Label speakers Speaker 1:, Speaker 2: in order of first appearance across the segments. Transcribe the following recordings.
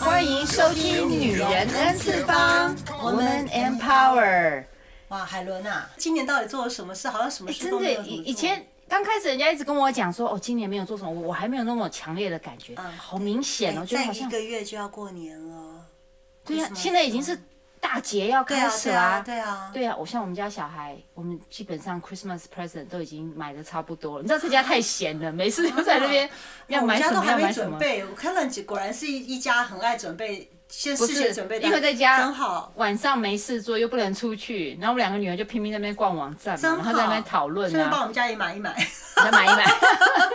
Speaker 1: 欢迎收听《女人 N 次方》，Woman Empower。
Speaker 2: 哇，海伦啊，今年到底做了什么事？好像什么
Speaker 1: 哎，
Speaker 2: 事
Speaker 1: 真
Speaker 2: 都
Speaker 1: 的
Speaker 2: 没有，
Speaker 1: 以以前刚开始人家一直跟我讲说，哦，今年没有做什么，我我还没有那么强烈的感觉，
Speaker 2: 嗯
Speaker 1: 好明显哦，
Speaker 2: 哎
Speaker 1: 就
Speaker 2: 再
Speaker 1: 好
Speaker 2: 一
Speaker 1: 像
Speaker 2: 个月就要过年了。
Speaker 1: 对呀、
Speaker 2: Christmas
Speaker 1: 现在已经是大节要
Speaker 2: 对
Speaker 1: 开
Speaker 2: 啊，
Speaker 1: 始
Speaker 2: 对
Speaker 1: 啦、
Speaker 2: 啊，对啊。
Speaker 1: 对啊，我像我们家小孩，我们基本上 Christmas present 都已经买的差不多了。你知道这家太闲了，每次就在那边要
Speaker 2: 啊我们
Speaker 1: 买
Speaker 2: 家
Speaker 1: 什
Speaker 2: 都
Speaker 1: 么
Speaker 2: 还
Speaker 1: 要
Speaker 2: 没
Speaker 1: 买什
Speaker 2: 准
Speaker 1: 么，
Speaker 2: 备，我看了几，果然是一一家很爱准备，先
Speaker 1: 不
Speaker 2: 事先
Speaker 1: 是
Speaker 2: 准备的，
Speaker 1: 因为在家
Speaker 2: 真好。
Speaker 1: 晚上没事做又不能出去，然后我们两个女儿就拼命在那边逛网站嘛，
Speaker 2: 真好
Speaker 1: 然后在那边讨论
Speaker 2: 顺便帮
Speaker 1: 啊，
Speaker 2: 我们家也买一买。
Speaker 1: 再买一买。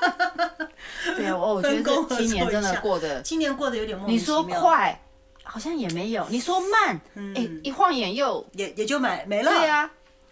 Speaker 1: 对啊，我我觉
Speaker 2: 分工
Speaker 1: 得
Speaker 2: 合
Speaker 1: 这
Speaker 2: 作一
Speaker 1: 今
Speaker 2: 下
Speaker 1: 年真的过得，
Speaker 2: 今年过得有点莫
Speaker 1: 你
Speaker 2: 名其
Speaker 1: 说
Speaker 2: 妙。
Speaker 1: 快好像也没有，你说慢，哎、一晃眼又
Speaker 2: 也也就买没了。
Speaker 1: 对啊，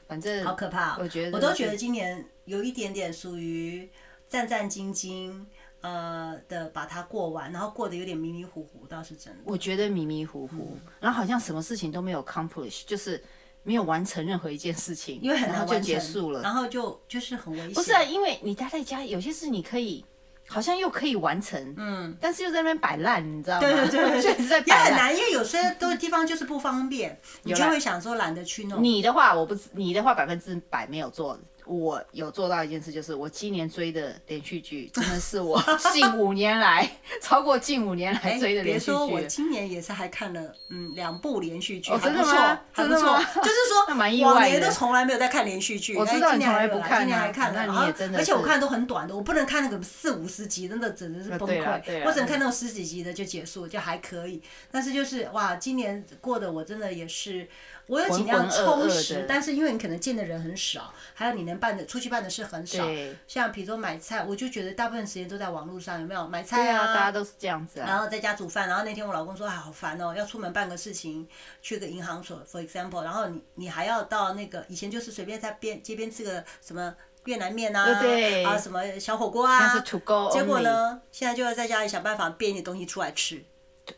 Speaker 1: 反正
Speaker 2: 好可怕、哦
Speaker 1: 我觉得
Speaker 2: 我都觉得今年有一点点属于战战兢兢，呃的把它过完，然后过得有点迷迷糊糊，倒是真的。
Speaker 1: 我觉得迷迷糊糊，
Speaker 2: 嗯
Speaker 1: 然后好像什么事情都没有 accomplish，就是没有完成任何一件事情，
Speaker 2: 因为很
Speaker 1: 然
Speaker 2: 难
Speaker 1: 后就
Speaker 2: 完成
Speaker 1: 结束了。
Speaker 2: 然后就就是很危险。
Speaker 1: 不是啊，因为你待在家，有些事你可以好像又可以完成，嗯，但是又在那边摆烂，你知道吗？
Speaker 2: 对对对
Speaker 1: 就一
Speaker 2: 对
Speaker 1: 直在
Speaker 2: 也
Speaker 1: 摆
Speaker 2: 很
Speaker 1: 烂。
Speaker 2: 难，因为有些都地方就是不方便，你就
Speaker 1: 啦
Speaker 2: 会想说懒得去弄。
Speaker 1: 你的话我不知，你的话百分之百没有做。我有做到一件事，就是我今年追的连续剧，真的是 我近五年来超过近五年来
Speaker 2: 哎
Speaker 1: 追的连
Speaker 2: 别
Speaker 1: 续剧了。
Speaker 2: 说我今年也是还看了嗯两部连续剧，
Speaker 1: 哦
Speaker 2: 还不
Speaker 1: 真的
Speaker 2: 错
Speaker 1: 吗，
Speaker 2: 还不
Speaker 1: 真的
Speaker 2: 错
Speaker 1: 吗。
Speaker 2: 就是
Speaker 1: 那蛮意
Speaker 2: 说，往
Speaker 1: 外
Speaker 2: 年
Speaker 1: 的
Speaker 2: 都从来没有在看连续剧，
Speaker 1: 我知
Speaker 2: 哎
Speaker 1: 道
Speaker 2: 今
Speaker 1: 你
Speaker 2: 年
Speaker 1: 从来
Speaker 2: 还有
Speaker 1: 不
Speaker 2: 啦
Speaker 1: 看
Speaker 2: 今年
Speaker 1: 啊
Speaker 2: 还看了，
Speaker 1: 那你
Speaker 2: 然后
Speaker 1: 也真的
Speaker 2: 而且我
Speaker 1: 是
Speaker 2: 看都很短的，我不能看那个四五十集，真的真的是
Speaker 1: 啊
Speaker 2: 崩
Speaker 1: 对啦
Speaker 2: 溃
Speaker 1: 对。啦
Speaker 2: 我只能看那种十几集的就结束，就还可以。但是就是哇，今年过得我真的也是。我有尽量
Speaker 1: 浑浑噩噩
Speaker 2: 充
Speaker 1: 的
Speaker 2: 实，但是因为你可能见的人很少，还有你能办的出去办的事很少
Speaker 1: 对，
Speaker 2: 像比如说买菜，我就觉得大部分时间都在网络上，有没有买
Speaker 1: 对
Speaker 2: 菜
Speaker 1: 啊，大家都是这样子啊。
Speaker 2: 然后在家煮饭，然后那天我老公说，哎，好烦哦，要出门办个事情，去个银行所，for example，然后你你还要到那个以前就是随便在边街边吃个什么越南面啊，
Speaker 1: 对
Speaker 2: 啊什么小火锅
Speaker 1: 那是
Speaker 2: 啊，
Speaker 1: to go。
Speaker 2: 结果？呢，现在就要在家里想办法变一点东西出来吃，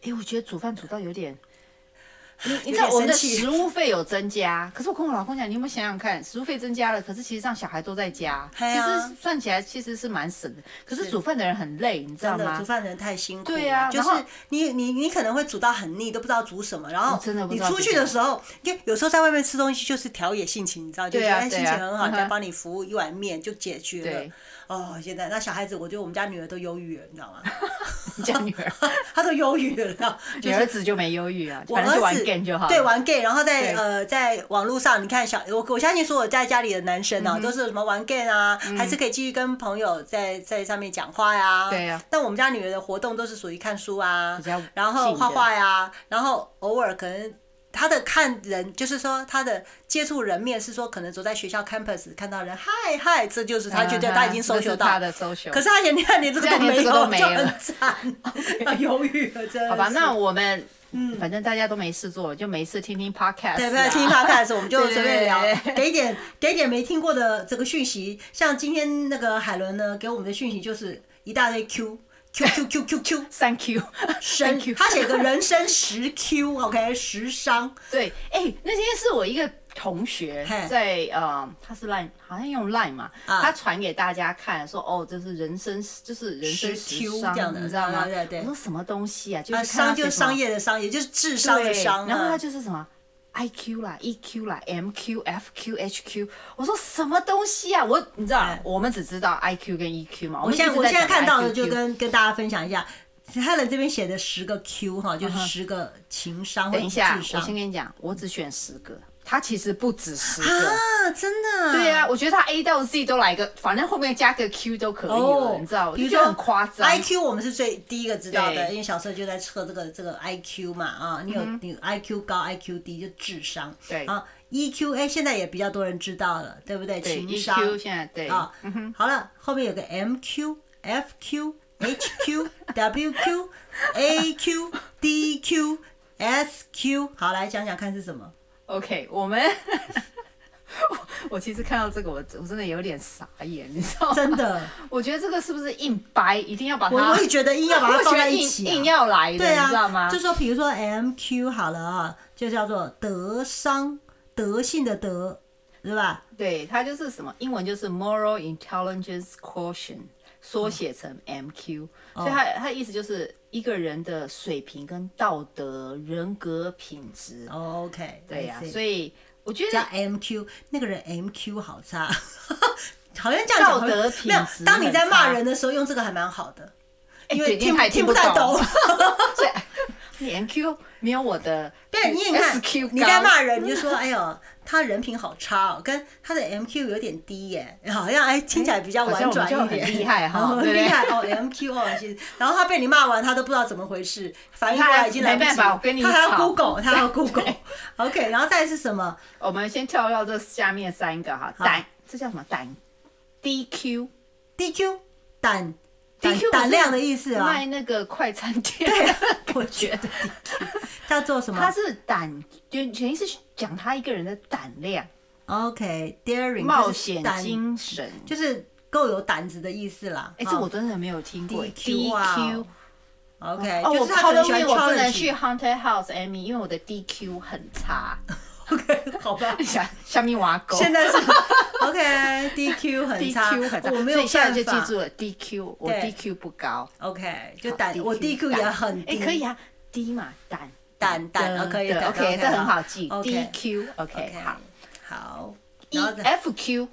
Speaker 1: 哎，我觉得煮饭煮到有 点，你你
Speaker 2: 有
Speaker 1: 知道
Speaker 2: 点
Speaker 1: 我们的
Speaker 2: 生气
Speaker 1: 食物费有增加，可是我跟我老公讲，你有没有想想看，食物费增加了，可是其实让小孩都在家，
Speaker 2: 对啊
Speaker 1: 其实算起来其实是蛮省的。可是煮饭的人很累，你知道
Speaker 2: 真的
Speaker 1: 吗
Speaker 2: 煮？饭人太辛苦了，
Speaker 1: 对啊
Speaker 2: 就
Speaker 1: 然
Speaker 2: 是
Speaker 1: 后
Speaker 2: 你你你可能会煮到很腻，都不知道煮什么，然后
Speaker 1: 我真的不
Speaker 2: 你
Speaker 1: 知道
Speaker 2: 出
Speaker 1: 煮
Speaker 2: 去
Speaker 1: 什么
Speaker 2: 的时候，因为有时候在外面吃东西就是调也性情，你知道，就
Speaker 1: 对
Speaker 2: 觉得
Speaker 1: 啊
Speaker 2: 哎心
Speaker 1: 对啊
Speaker 2: 情很
Speaker 1: 嗯
Speaker 2: 好，人
Speaker 1: 哼
Speaker 2: 家帮你服务一碗面就解决了
Speaker 1: 对。
Speaker 2: 哦，现在那小孩子，我觉得我们家女儿都忧郁了，你知道吗？
Speaker 1: 你家女儿，
Speaker 2: 她都忧 郁了，就
Speaker 1: 你
Speaker 2: 是
Speaker 1: 儿子就没忧郁啊，
Speaker 2: 我
Speaker 1: 反正就
Speaker 2: 儿
Speaker 1: 玩
Speaker 2: 子
Speaker 1: game 就好了。
Speaker 2: 对，玩 gay，然后在
Speaker 1: 对
Speaker 2: 呃，在网络上，你看小我我相信所有在家里的男生
Speaker 1: 嗯
Speaker 2: 呢、都是什么玩 gay 啊，还是可以继续跟朋友在在上面讲话呀。
Speaker 1: 对啊
Speaker 2: 但我们家女儿的活动都是属于看书啊
Speaker 1: 比较，
Speaker 2: 然后
Speaker 1: 静的
Speaker 2: 画画呀，然后偶尔可能。她的看人，就是说她的接触人面是说，可能走在学校 campus 看到人，嗨嗨，这就
Speaker 1: 嗯
Speaker 2: 是她觉得她已经搜
Speaker 1: 收
Speaker 2: 寻到，
Speaker 1: 他的 social。
Speaker 2: 可是她连你看连这个
Speaker 1: 现
Speaker 2: 都
Speaker 1: 在连
Speaker 2: 没
Speaker 1: 这
Speaker 2: 有，
Speaker 1: 个都没
Speaker 2: 就
Speaker 1: 了
Speaker 2: 很惨，啊犹豫了，真的
Speaker 1: 好吧，
Speaker 2: 是嗯
Speaker 1: 那我们反正大家都没事做，就没事听听 podcast 啊。
Speaker 2: 对，不要听 podcast，我们就
Speaker 1: 对
Speaker 2: 随便聊
Speaker 1: 对，
Speaker 2: 给一点给一点没听过的这个讯息。像今天那个海伦呢，给我们的讯息就是一大堆 Q Q Q Q Q Q
Speaker 1: Thank you，
Speaker 2: 生
Speaker 1: Thank you，
Speaker 2: 他写个人生十 Q，OK，十伤。
Speaker 1: 对，哎、那天是我一个同学
Speaker 2: 嘿
Speaker 1: 在呃，他是 Line，好像用 Line 嘛，
Speaker 2: 啊
Speaker 1: 他传给大家看说，哦，这是人生，就是人生
Speaker 2: 十
Speaker 1: 十
Speaker 2: Q
Speaker 1: 伤
Speaker 2: 这样的
Speaker 1: 你知道吗？
Speaker 2: 对对对
Speaker 1: 我说什么东西啊？就是
Speaker 2: 啊，
Speaker 1: 看他
Speaker 2: 商
Speaker 1: 写
Speaker 2: 就是
Speaker 1: 什么
Speaker 2: 商业的商，也就是智商的
Speaker 1: 对，
Speaker 2: 商。
Speaker 1: 然后
Speaker 2: 嗯
Speaker 1: 他就是什么。I Q 啦，E Q 啦，M Q、F Q、H Q，我说什么东西啊？我你知道，我们只知道 I Q 跟 E Q 嘛。
Speaker 2: 嗯我现在我
Speaker 1: 们一
Speaker 2: 现
Speaker 1: 直在讲
Speaker 2: 在看到的
Speaker 1: IQQ
Speaker 2: 就跟跟大家分享一下，海伦这边写的十个 Q 哈，就是十个情商
Speaker 1: 嗯
Speaker 2: 或
Speaker 1: 等一
Speaker 2: 者
Speaker 1: 下，
Speaker 2: 智
Speaker 1: 我
Speaker 2: 商
Speaker 1: 先跟你讲，我只选十个，他其实不止十个。
Speaker 2: 啊，真的啊。
Speaker 1: 对呀、我觉得他 A 到 Z 都来个，反正后面加个 Q 都可以了，你知道？我
Speaker 2: 哦
Speaker 1: 就
Speaker 2: 比如
Speaker 1: 觉
Speaker 2: 说
Speaker 1: 得很夸张。
Speaker 2: IQ 我们是最第一个知道的，
Speaker 1: 对嗯
Speaker 2: 因为小时候就在测这个这个 IQ 嘛啊，你有、你 IQ 高 IQ 低就智商，
Speaker 1: 对
Speaker 2: 啊 EQ 哎现在也比较多人知道了，对不对？
Speaker 1: 对
Speaker 2: 情商
Speaker 1: ，EQ 现在对，嗯
Speaker 2: 啊，好了，后面有个 MQ FQ HQ WQ AQ DQ SQ，好来讲讲看是什么？
Speaker 1: OK，我们 我我其实看到这个，我我真的有点傻眼，你知道吗？
Speaker 2: 真的，
Speaker 1: 我觉得这个是不是硬掰，一定要把它，
Speaker 2: 我我也觉得硬要把它
Speaker 1: 我觉
Speaker 2: 放
Speaker 1: 得
Speaker 2: 在一
Speaker 1: 硬
Speaker 2: 起、
Speaker 1: 硬要来的，
Speaker 2: 对啊，
Speaker 1: 你知道吗？
Speaker 2: 就说比如说 MQ 好了啊，就叫做德商，德性的德，对吧？
Speaker 1: 对，它就是什么，英文就是 moral intelligence quotient，缩写成
Speaker 2: 嗯
Speaker 1: MQ，、所
Speaker 2: 哦
Speaker 1: 以它它的意思就是一个人的水平跟道德、人格品质。
Speaker 2: 哦 OK，
Speaker 1: 对呀、所
Speaker 2: 以
Speaker 1: 以我觉
Speaker 2: 加
Speaker 1: 得
Speaker 2: MQ 那个人 MQ 好差， 好像这样
Speaker 1: 道
Speaker 2: 讲
Speaker 1: 德
Speaker 2: 没有
Speaker 1: 品质。
Speaker 2: 当你在骂
Speaker 1: 很差
Speaker 2: 人的时候，用这个还蛮好的，因
Speaker 1: 哎对
Speaker 2: 为
Speaker 1: 因为
Speaker 2: 听
Speaker 1: 他也听
Speaker 2: 不
Speaker 1: 不
Speaker 2: 太
Speaker 1: 懂
Speaker 2: 懂。
Speaker 1: 所以你 MQ 没有我的 SQ 高，
Speaker 2: 对，你也看，你在骂人，你就说，哎呦，他人品好差哦，跟他的 MQ 有点低耶，好像哎听起来比较婉
Speaker 1: 好
Speaker 2: 转一
Speaker 1: 像我们就
Speaker 2: 点，
Speaker 1: 很厉害哈
Speaker 2: 哦很
Speaker 1: 对不
Speaker 2: 厉
Speaker 1: 对
Speaker 2: 害哦，MQ 哦，其实然后他被你骂完，他都不知道怎么回事，反应过
Speaker 1: 他
Speaker 2: 来
Speaker 1: 还
Speaker 2: 已经来不
Speaker 1: 没
Speaker 2: 及，
Speaker 1: 办法我跟你
Speaker 2: 他还要
Speaker 1: 吵
Speaker 2: Google，他还 要 Google，OK，然后再来是什么？
Speaker 1: 我们先跳到这下面三个哈，
Speaker 2: 好
Speaker 1: 胆这叫什么胆？DQ
Speaker 2: DQ 胆胆
Speaker 1: DQ
Speaker 2: 胆量的意思啊
Speaker 1: 卖，那个快餐店，
Speaker 2: 我觉得 叫做什
Speaker 1: 他
Speaker 2: 么
Speaker 1: 是胆，就原因是讲他一个人的胆量、
Speaker 2: ？OK，daring
Speaker 1: 冒险
Speaker 2: 胆
Speaker 1: 精神。
Speaker 2: 就是够有胆子的意思啦。
Speaker 1: 哎，
Speaker 2: 哦
Speaker 1: 这我真的没有听过。
Speaker 2: DQ 啊
Speaker 1: DQ
Speaker 2: OK，
Speaker 1: 哦，
Speaker 2: 就
Speaker 1: 我
Speaker 2: 是他可能喜
Speaker 1: Halloween
Speaker 2: 欢
Speaker 1: 我不能
Speaker 2: challenge
Speaker 1: 去 Haunted House Amy，因为我的 DQ 很差，
Speaker 2: OK，好吧。
Speaker 1: 下下面挖沟。
Speaker 2: 现 在是 OK DQ 很差
Speaker 1: DQ 很差，
Speaker 2: 我没
Speaker 1: 所
Speaker 2: 有
Speaker 1: 以现在
Speaker 2: 办
Speaker 1: 就记
Speaker 2: 法。
Speaker 1: 住了 DQ，我
Speaker 2: 对
Speaker 1: DQ 不高，哦
Speaker 2: OK，就胆我 DQ
Speaker 1: 胆
Speaker 2: 也很低，
Speaker 1: 哎可以啊，低嘛胆
Speaker 2: 胆胆
Speaker 1: 的
Speaker 2: 哦可以
Speaker 1: 的
Speaker 2: 胆
Speaker 1: OK，
Speaker 2: OK，
Speaker 1: 这很好记
Speaker 2: 好 OK
Speaker 1: DQ OK
Speaker 2: OK
Speaker 1: 好
Speaker 2: 好。
Speaker 1: E
Speaker 2: 然后再
Speaker 1: FQ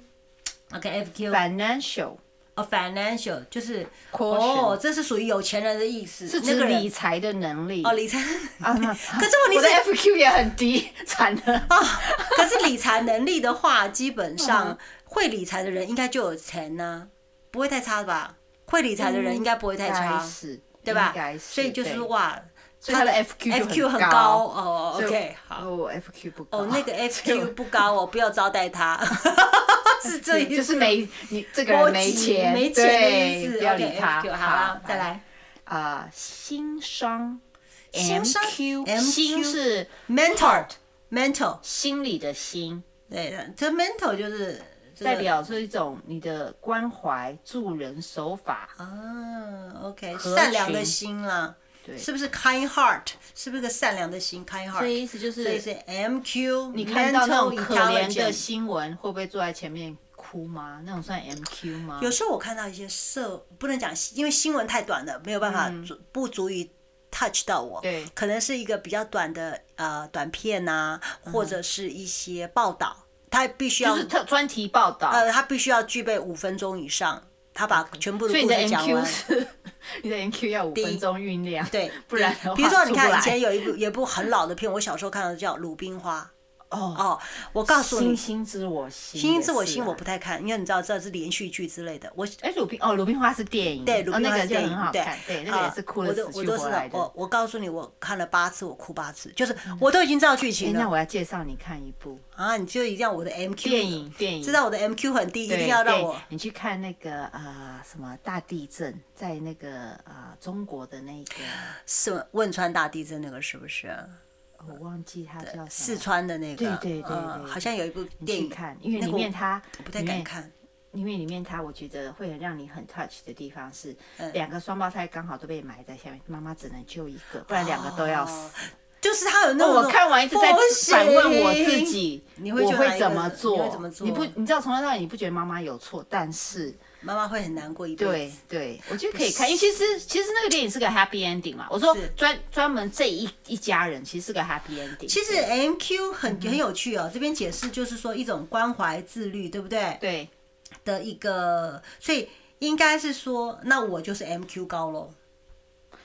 Speaker 2: OK FQ
Speaker 1: financial
Speaker 2: 哦 financial 就是哦
Speaker 1: quotient
Speaker 2: 这是属于有钱人的意思，
Speaker 1: 是
Speaker 2: 那
Speaker 1: 指
Speaker 2: 个人
Speaker 1: 理财的能力
Speaker 2: 哦理财。
Speaker 1: 啊，那
Speaker 2: 可是问题
Speaker 1: 我的
Speaker 2: 是
Speaker 1: FQ 也很低， 惨了。
Speaker 2: 啊，可是理财能力的话，基本
Speaker 1: 嗯
Speaker 2: 上会理财的人应该就有钱呢、不会太差吧？会理财的人应该不会太
Speaker 1: 嗯应该
Speaker 2: 差，
Speaker 1: 是
Speaker 2: 对吧
Speaker 1: 应该？是
Speaker 2: 所以就是
Speaker 1: 对
Speaker 2: 哇，
Speaker 1: 所以他的 FQ 就
Speaker 2: FQ 很
Speaker 1: 高
Speaker 2: 哦。
Speaker 1: 所以
Speaker 2: OK，好。
Speaker 1: 哦，FQ 不高
Speaker 2: 哦， 那个
Speaker 1: 所以我
Speaker 2: FQ 不高哦，不要招 待他，是这意思，
Speaker 1: 就是没你这个人没钱，
Speaker 2: 没钱的意
Speaker 1: 对
Speaker 2: 思，
Speaker 1: 不要理
Speaker 2: OK，
Speaker 1: 他。
Speaker 2: FQ 好啦，再来
Speaker 1: 啊，新商
Speaker 2: 新商
Speaker 1: MQ，
Speaker 2: MQ
Speaker 1: 心是
Speaker 2: mentor，mentor，
Speaker 1: 心理的心，
Speaker 2: 对的，这 mentor 就是这个
Speaker 1: 代表是一种你的关怀、助人手法。
Speaker 2: 啊，OK，
Speaker 1: 合
Speaker 2: 善良的
Speaker 1: 群
Speaker 2: 心啦，
Speaker 1: 对
Speaker 2: 是不是 kind heart？是不是个善良的心 kind
Speaker 1: 所
Speaker 2: heart？
Speaker 1: 以意思就
Speaker 2: 所以
Speaker 1: 是，
Speaker 2: 是 MQ，
Speaker 1: 你看到那种可怜的
Speaker 2: mental intelligence
Speaker 1: 新闻，会不会坐在前面哭吗？那种算 MQ 吗？
Speaker 2: 有时候我看到一些社，不能讲，因为新闻太短了，没有办法足不足以 touch 到我。
Speaker 1: 嗯对
Speaker 2: 可能是一个比较短的呃短片呐，或者是一些报道，它必须要
Speaker 1: 嗯就是特专题报道。
Speaker 2: 呃，它必须要具备五分钟以上，它把全部的
Speaker 1: 所以你
Speaker 2: 故
Speaker 1: 的
Speaker 2: 事讲
Speaker 1: MQ
Speaker 2: 完。
Speaker 1: 是， 你的 MQ 要五分钟酝酿。
Speaker 2: 对，
Speaker 1: 不然
Speaker 2: 比
Speaker 1: 的话
Speaker 2: 比如说，你
Speaker 1: 出不
Speaker 2: 看
Speaker 1: 来
Speaker 2: 以前有一部有一部很老的片，我小时候看到叫《鲁冰花
Speaker 1: 哦，》
Speaker 2: 哦，我告诉
Speaker 1: 星
Speaker 2: 你，
Speaker 1: 星知我心，
Speaker 2: 星星知我心
Speaker 1: 也》是啊
Speaker 2: 我不太看，因为你知道这是连续剧之类的，我。
Speaker 1: 哎，鲁冰哦，鲁冰花是电影，
Speaker 2: 对，鲁
Speaker 1: 哦
Speaker 2: 冰
Speaker 1: 那
Speaker 2: 花
Speaker 1: 个
Speaker 2: 是电
Speaker 1: 就
Speaker 2: 影，
Speaker 1: 很好
Speaker 2: 对啊
Speaker 1: 看，，对，那个也是哭了
Speaker 2: 我都
Speaker 1: 死
Speaker 2: 我
Speaker 1: 去
Speaker 2: 都
Speaker 1: 活
Speaker 2: 知
Speaker 1: 来的。
Speaker 2: 道，我我告诉你，我看了八次，我哭八次，就是我都已经知道剧
Speaker 1: 哎
Speaker 2: 情
Speaker 1: 那
Speaker 2: 了
Speaker 1: 我要介绍你看一 部
Speaker 2: 啊，你就一定要我的 MQ
Speaker 1: 电影，电影
Speaker 2: 知道我的 MQ 很低，一
Speaker 1: 对
Speaker 2: 定要让
Speaker 1: 对
Speaker 2: 我
Speaker 1: 你去看那个啊什么大地震，在那个啊中国的那个，
Speaker 2: 是汶川大地震那个是不是？
Speaker 1: 我忘记它叫什
Speaker 2: 四
Speaker 1: 么，
Speaker 2: 川的那个，
Speaker 1: 对对对
Speaker 2: 嗯
Speaker 1: 对
Speaker 2: 好像有一部
Speaker 1: 你
Speaker 2: 电
Speaker 1: 去
Speaker 2: 影，
Speaker 1: 看，因为
Speaker 2: 那
Speaker 1: 里
Speaker 2: 个我
Speaker 1: 面它
Speaker 2: 我不太
Speaker 1: 里
Speaker 2: 敢
Speaker 1: 面
Speaker 2: 看。
Speaker 1: 因为里面它，我觉得会让你很 touch 的地方是
Speaker 2: 嗯，
Speaker 1: 两个双胞胎刚好都被埋在下面，妈妈只能救一个，不然两个都要死。
Speaker 2: 哦就是他有那
Speaker 1: 那
Speaker 2: 种、
Speaker 1: 我看完一直在
Speaker 2: 哦不行
Speaker 1: 反问我自，己，
Speaker 2: 你会
Speaker 1: 我
Speaker 2: 觉得哪
Speaker 1: 会
Speaker 2: 一个
Speaker 1: 怎么做？
Speaker 2: 你会怎么做嗯
Speaker 1: 你不，你知道从头到尾你不觉得妈妈有错，但是
Speaker 2: 妈妈会很难过一辈子。
Speaker 1: 对对，我觉得可以看，因为其实其实那个电影是个 happy ending 嘛。我说
Speaker 2: 是
Speaker 1: 专专门这一一家人其实是个 happy ending。
Speaker 2: 其实 MQ 很很有趣哦，这边解释就是说一种关怀自律，对不对？
Speaker 1: 对
Speaker 2: 的一个，所以应该是说，那我就是 MQ 高喽。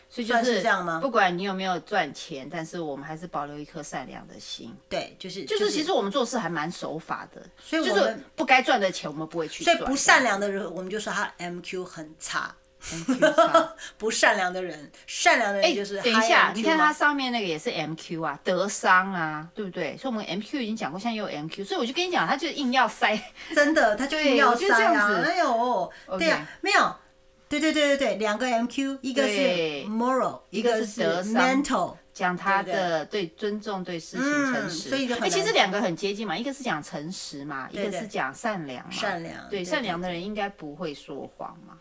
Speaker 1: 所以就
Speaker 2: 算是这样吗
Speaker 1: 不管你有没有赚钱，但是我们还是保留一颗善良的心。
Speaker 2: 对，就是
Speaker 1: 就是其实我们做事还蛮守法的，
Speaker 2: 所以我
Speaker 1: 就
Speaker 2: 们
Speaker 1: 是不该赚的钱我们不会去
Speaker 2: 所
Speaker 1: 赚，
Speaker 2: 以不善良的人，我们就说他 MQ 很差。
Speaker 1: 这样 MQ 差。
Speaker 2: 不善良的人，善良的人
Speaker 1: 哎
Speaker 2: 就是 high 啊 MQ
Speaker 1: 等
Speaker 2: 嘛、
Speaker 1: 一下，你看它上面那个也是 MQ 啊，德商啊，对不对？所以我们 MQ 已经讲过，现在又有 MQ，所以我就跟你讲，他就硬要 塞，
Speaker 2: 真的，他就
Speaker 1: 对
Speaker 2: 硬要
Speaker 1: 我觉得这
Speaker 2: 塞
Speaker 1: 样
Speaker 2: 啊！
Speaker 1: 子
Speaker 2: 哎呦，对呀、没有，对对对对对，两个 MQ，一个是
Speaker 1: 对
Speaker 2: moral，一
Speaker 1: 个
Speaker 2: 个
Speaker 1: 是
Speaker 2: 是
Speaker 1: 德商
Speaker 2: mental，
Speaker 1: 讲他的对尊重、对事情诚实。
Speaker 2: 嗯所以就很
Speaker 1: 哎，其
Speaker 2: 难
Speaker 1: 实两个很接近嘛，一个是讲诚实嘛，一
Speaker 2: 对
Speaker 1: 个
Speaker 2: 对
Speaker 1: 是讲善良嘛。
Speaker 2: 善良
Speaker 1: 对
Speaker 2: 对
Speaker 1: 善
Speaker 2: 对
Speaker 1: 良的人应该不会说谎嘛。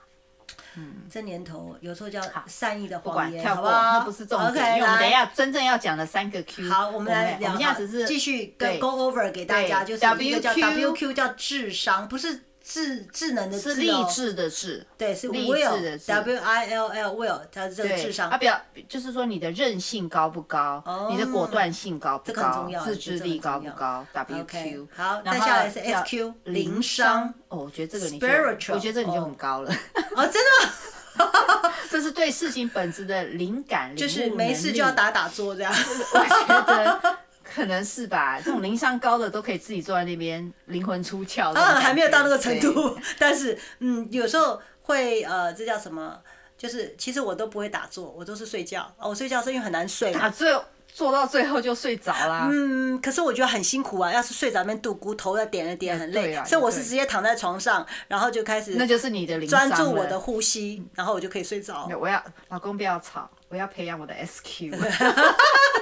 Speaker 2: 这年头有时候叫善意的
Speaker 1: 不管
Speaker 2: 谎言，
Speaker 1: 跳
Speaker 2: 好
Speaker 1: 过，
Speaker 2: 好？
Speaker 1: 那不是重点
Speaker 2: OK，
Speaker 1: 因为我们等一
Speaker 2: 来，
Speaker 1: 下真正要讲的三个 Q。
Speaker 2: 好，我们来聊，
Speaker 1: 我们现在只是
Speaker 2: 继续跟
Speaker 1: 对
Speaker 2: go over 给大家，
Speaker 1: 对
Speaker 2: 就是一个叫
Speaker 1: WQ
Speaker 2: WQ 叫智商，不是智智能的
Speaker 1: 是
Speaker 2: 智、
Speaker 1: 励
Speaker 2: 哦，
Speaker 1: 志的志，
Speaker 2: 对，是
Speaker 1: 励
Speaker 2: will
Speaker 1: 志的志
Speaker 2: w i l l will，它是这个
Speaker 1: 对，
Speaker 2: 智商哦
Speaker 1: 啊，表就是说你的韧性高不高，你的果断性高不
Speaker 2: 这个很
Speaker 1: 高
Speaker 2: 重要，
Speaker 1: 自制力高不高
Speaker 2: ，OK，
Speaker 1: ，WQ。
Speaker 2: 好，
Speaker 1: 然
Speaker 2: 再
Speaker 1: 后
Speaker 2: 下来是
Speaker 1: 要
Speaker 2: SQ
Speaker 1: 灵
Speaker 2: 灵商，
Speaker 1: 哦，我觉得这个你就，
Speaker 2: Spiritual，
Speaker 1: 我觉得这个你就很高了，
Speaker 2: 哦，真的吗？
Speaker 1: 这是对事情本质的灵感，
Speaker 2: 就是
Speaker 1: 领悟
Speaker 2: 没
Speaker 1: 能
Speaker 2: 事
Speaker 1: 力
Speaker 2: 就要，打打坐这样。
Speaker 1: 我觉得。可能是吧，这种灵商高的都可以自己坐在那边灵魂出窍。
Speaker 2: 当嗯然还没有到那个程
Speaker 1: 对
Speaker 2: 度， 但是嗯，有时候会呃，这叫什么？就是其实我都不会打坐，我都是睡觉。哦，我睡觉是因为很难睡嘛。
Speaker 1: 啊，最后做到最后就睡着啦。
Speaker 2: 嗯，可是我觉得很辛苦啊，要是睡着那边度咕，头要点了点，很累。
Speaker 1: 对啊
Speaker 2: 所以我是
Speaker 1: 对
Speaker 2: 直接躺在床上，然后就开始
Speaker 1: 那就是你的灵商
Speaker 2: 专注我
Speaker 1: 了
Speaker 2: 的呼吸，然后我就可以睡着。
Speaker 1: 我要老公不要吵，我要培养我的 SQ，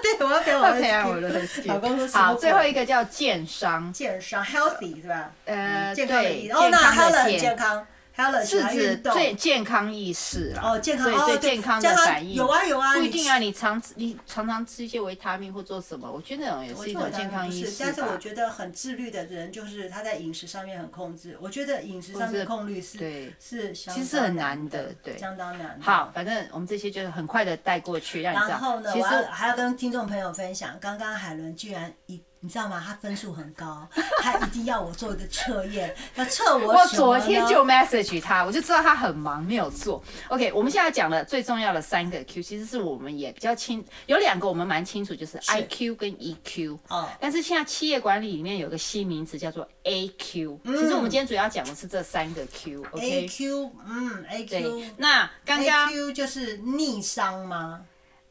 Speaker 2: 对， 我要给我
Speaker 1: 培 养我的 SQ。
Speaker 2: 老公说什么
Speaker 1: 好，最后一个叫健商，
Speaker 2: 健康 healthy 是吧？
Speaker 1: 呃，
Speaker 2: 健康的
Speaker 1: 对，
Speaker 2: 意思哦，那
Speaker 1: 健康
Speaker 2: Helen
Speaker 1: 的
Speaker 2: 很健
Speaker 1: 健
Speaker 2: 康，Helen 喜
Speaker 1: 是
Speaker 2: 欢
Speaker 1: 指
Speaker 2: 运动。
Speaker 1: 最健康意识啦。
Speaker 2: 哦，健康
Speaker 1: 所
Speaker 2: 哦，
Speaker 1: 以
Speaker 2: 对
Speaker 1: 对健康的反应
Speaker 2: 有啊有啊，
Speaker 1: 不一
Speaker 2: 你
Speaker 1: 定啊，你常你常常吃一些维他命或做什么，我觉得那种也
Speaker 2: 我
Speaker 1: 是一
Speaker 2: 觉
Speaker 1: 种
Speaker 2: 得我当
Speaker 1: 健
Speaker 2: 然
Speaker 1: 康
Speaker 2: 不
Speaker 1: 意
Speaker 2: 是，
Speaker 1: 识
Speaker 2: 但是我
Speaker 1: 吧。
Speaker 2: 觉得很自律的人，就是他在饮食上面很控制。我觉得饮食
Speaker 1: 或
Speaker 2: 上
Speaker 1: 者
Speaker 2: 面
Speaker 1: 是
Speaker 2: 控律是
Speaker 1: 对，
Speaker 2: 是相
Speaker 1: 其实
Speaker 2: 当
Speaker 1: 很
Speaker 2: 难
Speaker 1: 难的对
Speaker 2: 相当难的。
Speaker 1: 好，反正我们这些就是很快的带过去，让你知
Speaker 2: 然后
Speaker 1: 道。
Speaker 2: 呢，
Speaker 1: 其
Speaker 2: 我要
Speaker 1: 实
Speaker 2: 还要跟听众朋友分享，刚刚海伦居然一，你知道吗？他分数很高， 他一定要我做一个测验，要测我
Speaker 1: 我
Speaker 2: 什么
Speaker 1: 昨
Speaker 2: 呢
Speaker 1: 天就 message 他，我就知道他很忙，没有做。OK，我们现在讲的最重要的三个 Q，其实是我们也比较清，有两个我们蛮清楚，就是 IQ 跟 EQ。
Speaker 2: 哦，
Speaker 1: 但是现在企业管理里面有个新名词叫做 AQ，、其实我们今天主要讲的是这三个
Speaker 2: 嗯 A
Speaker 1: Q，OK？、
Speaker 2: Q，嗯，A
Speaker 1: 对
Speaker 2: Q，，
Speaker 1: 那刚刚
Speaker 2: A Q 就是逆商吗？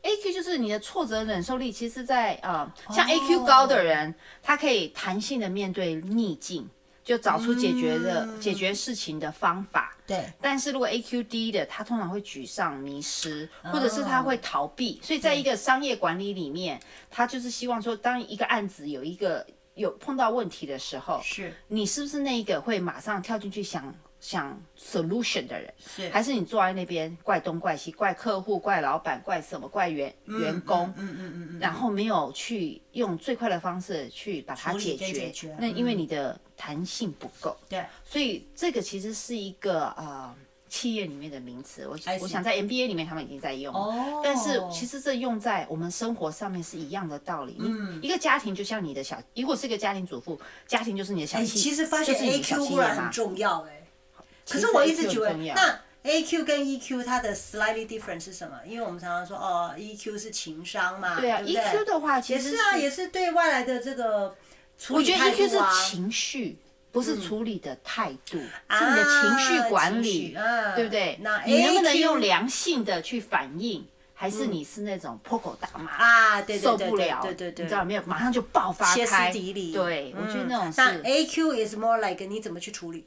Speaker 1: AQ 就是你的挫折忍受力，其实在呃，像
Speaker 2: 哦
Speaker 1: AQ 高的人，他可以弹性的面对逆境，就找出解决的、
Speaker 2: 嗯
Speaker 1: 解决事情的方法。
Speaker 2: 对，
Speaker 1: 但是如果 AQ 低的，他通常会沮丧、迷失，
Speaker 2: 嗯
Speaker 1: 或者是他会逃避。所以在一个商业管理里面，他就是希望说，当一个案子有一个有碰到问题的时候，
Speaker 2: 是
Speaker 1: 你是不是那一个会马上跳进去想想 solution 的人？
Speaker 2: 是，
Speaker 1: 还是你坐在那边怪东怪西，怪客户、怪老板、怪什么、怪员员工，
Speaker 2: 嗯嗯嗯嗯，
Speaker 1: 然后没有去用最快的方式去把它
Speaker 2: 处
Speaker 1: 解
Speaker 2: 理跟
Speaker 1: 决。
Speaker 2: 解决嗯
Speaker 1: 那因为你的弹性不够，
Speaker 2: 对，
Speaker 1: 所以这个其实是一个呃企业里面的名词。我
Speaker 2: I
Speaker 1: 我
Speaker 2: see
Speaker 1: 想在 MBA 里面他们已经在用了。
Speaker 2: 哎哦
Speaker 1: 但是其实这用在我们生活上面是一样的道理。嗯，一个家庭就像你的小，如果是一个家庭主妇，家庭就是你的小
Speaker 2: 哎，
Speaker 1: 企，
Speaker 2: 其实发现
Speaker 1: 就是你
Speaker 2: A
Speaker 1: 的小
Speaker 2: Q
Speaker 1: 企
Speaker 2: 忽
Speaker 1: 业
Speaker 2: 然
Speaker 1: 嘛
Speaker 2: 很。重要哎、可
Speaker 1: 其
Speaker 2: 是
Speaker 1: 实
Speaker 2: 我一直
Speaker 1: AQ
Speaker 2: 觉得
Speaker 1: 很重要
Speaker 2: 那 A Q 跟 E Q 它的 slightly different 是什么？因为我们常常说哦，E Q 是情商嘛，
Speaker 1: 对
Speaker 2: 对
Speaker 1: 啊
Speaker 2: 不对
Speaker 1: ，EQ 的话其
Speaker 2: 也
Speaker 1: 实
Speaker 2: 是啊，也是对外来的这个处
Speaker 1: 我
Speaker 2: 理
Speaker 1: 觉得
Speaker 2: 态
Speaker 1: EQ
Speaker 2: 度啊，嗯
Speaker 1: 是情绪，不是处理的态度，
Speaker 2: 啊
Speaker 1: 是你的情绪管
Speaker 2: 情
Speaker 1: 理
Speaker 2: 绪，嗯
Speaker 1: 对不对？
Speaker 2: 那
Speaker 1: 你能不能
Speaker 2: AQ
Speaker 1: 用良性的去反应，还是你是那种破口大骂？
Speaker 2: 嗯啊，对对
Speaker 1: 受
Speaker 2: 对
Speaker 1: 不了，
Speaker 2: 对对对，
Speaker 1: 你知道没有？马上就爆发
Speaker 2: 歇斯
Speaker 1: 开，
Speaker 2: 底里，
Speaker 1: 对，我觉得那种
Speaker 2: 嗯那
Speaker 1: 是，
Speaker 2: A Q is more like 你怎么去处理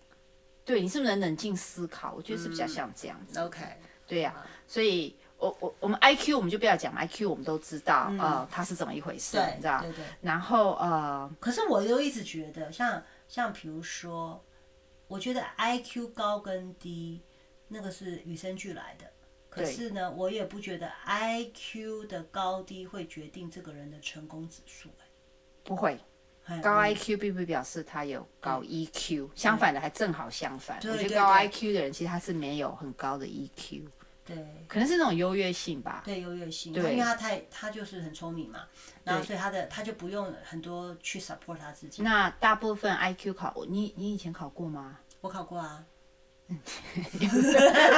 Speaker 1: 对你是不是能冷静思考？我觉得是比
Speaker 2: 嗯
Speaker 1: 较像这样子。
Speaker 2: ？OK，
Speaker 1: 对呀、所以我我我们 IQ 我们就不要讲了，IQ 我们都知道，呃，它是怎么一回事，
Speaker 2: 嗯对
Speaker 1: 你知道
Speaker 2: 对对？
Speaker 1: 然后呃，
Speaker 2: 可是我又一直觉得，像像比如说，我觉得 I Q 高跟低那个是与生俱来的。可
Speaker 1: 对
Speaker 2: 是呢，我也不觉得 I Q 的高低会决定这个人的成功指数、
Speaker 1: 不会。
Speaker 2: 哎
Speaker 1: 高
Speaker 2: 哎
Speaker 1: IQ 并不表示他有高 EQ，相反的还正好相反。
Speaker 2: 嗯对
Speaker 1: 我觉得
Speaker 2: 对
Speaker 1: 高
Speaker 2: 对
Speaker 1: IQ 的人其实他是没有很高的 E EQ，
Speaker 2: 对
Speaker 1: 可能是那种优越性吧。
Speaker 2: 对优越性，因
Speaker 1: 对
Speaker 2: 为他太他就是很聪明嘛，然后
Speaker 1: 对
Speaker 2: 所以他的他就不用很多去 support 他自己。
Speaker 1: 那大部分 IQ 考，你你以前考过 吗？
Speaker 2: 我考过啊，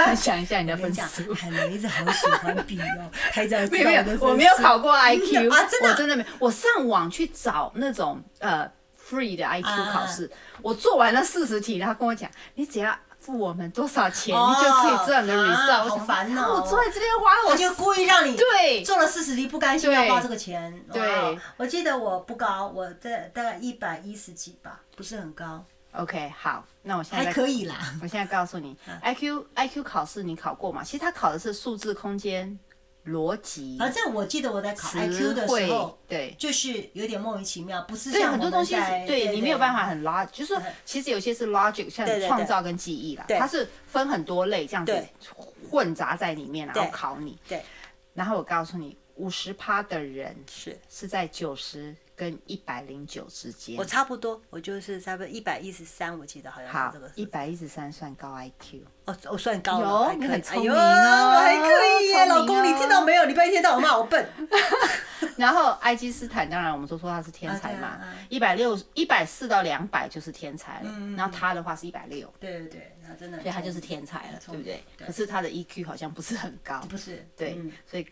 Speaker 1: 分享一下你的
Speaker 2: 我跟
Speaker 1: 分
Speaker 2: 你讲，
Speaker 1: 数。
Speaker 2: 海伦一直好喜欢比 哦，他一直要
Speaker 1: 没有
Speaker 2: 知道
Speaker 1: 没
Speaker 2: 我的
Speaker 1: 有，我没有
Speaker 2: 分数
Speaker 1: 考过 IQ
Speaker 2: 啊真的啊
Speaker 1: 我真的没有。我上网去找那种呃 free 的 IQ
Speaker 2: 啊
Speaker 1: 考试，我做完了四十题，他跟我讲，你只要付我们多少钱，
Speaker 2: 哦
Speaker 1: 你就可以知道你的
Speaker 2: 啊
Speaker 1: result、我
Speaker 2: 好
Speaker 1: 想
Speaker 2: 烦哦
Speaker 1: 我坐在这边花了
Speaker 2: 他
Speaker 1: 我
Speaker 2: 就故意让你
Speaker 1: 对
Speaker 2: 做了四十题不甘心
Speaker 1: 对
Speaker 2: 要花这个钱。哇哦
Speaker 1: 对，
Speaker 2: 我记得我不高，我在大概一百一十几吧，不是很高，
Speaker 1: OK，好，那我现在
Speaker 2: 还
Speaker 1: 再
Speaker 2: 可以啦。
Speaker 1: 我现在告诉 你，IQ
Speaker 2: 啊
Speaker 1: IQ 考试你考过吗？其实它考的是数字空间、逻辑、
Speaker 2: 反正我记得我在考 IQ
Speaker 1: 词
Speaker 2: 的时
Speaker 1: 汇
Speaker 2: 候，，
Speaker 1: 对。
Speaker 2: 就是有点莫名其妙，不是
Speaker 1: 对
Speaker 2: 像
Speaker 1: 很多
Speaker 2: 我们
Speaker 1: 东西是
Speaker 2: 在
Speaker 1: 对你没有办
Speaker 2: 法。
Speaker 1: 法很 log，就是说其实有些是 logic，像
Speaker 2: 对对对
Speaker 1: 创造跟记忆啦，
Speaker 2: 对
Speaker 1: 它是分很多类这样子
Speaker 2: 对
Speaker 1: 混杂在里面，然后
Speaker 2: 对
Speaker 1: 考你。
Speaker 2: 对，
Speaker 1: 然后我告诉你，五十趴的人
Speaker 2: 是
Speaker 1: 是在九十跟一百零九之间
Speaker 2: 我。差不多，我就是差不多一百一十三，我记得好像
Speaker 1: 好
Speaker 2: 是这个，
Speaker 1: 一
Speaker 2: 数。
Speaker 1: 百一十三算高 IQ。
Speaker 2: 哦，我算高
Speaker 1: 有
Speaker 2: 了，还可
Speaker 1: 你
Speaker 2: 以，
Speaker 1: 很聪
Speaker 2: 哎呦
Speaker 1: 明哦
Speaker 2: 我还可以
Speaker 1: 聪
Speaker 2: 耶，
Speaker 1: 明哦
Speaker 2: 老公，你听到没有？你半夜一天到晚骂我笨，
Speaker 1: 然后爱基斯坦，当然我们都说他是天才
Speaker 2: 啊
Speaker 1: 嘛
Speaker 2: 对啊啊，
Speaker 1: 一百六、一百四到两百就是天才了。
Speaker 2: 嗯
Speaker 1: 然后他的话是一百六，
Speaker 2: 对对对，那真的，
Speaker 1: 所以他就是天才了，对
Speaker 2: 聪
Speaker 1: 不
Speaker 2: 明
Speaker 1: 对？
Speaker 2: 对
Speaker 1: 可是他的 EQ 好像不是很高，
Speaker 2: 不是，
Speaker 1: 对
Speaker 2: 嗯，
Speaker 1: 所以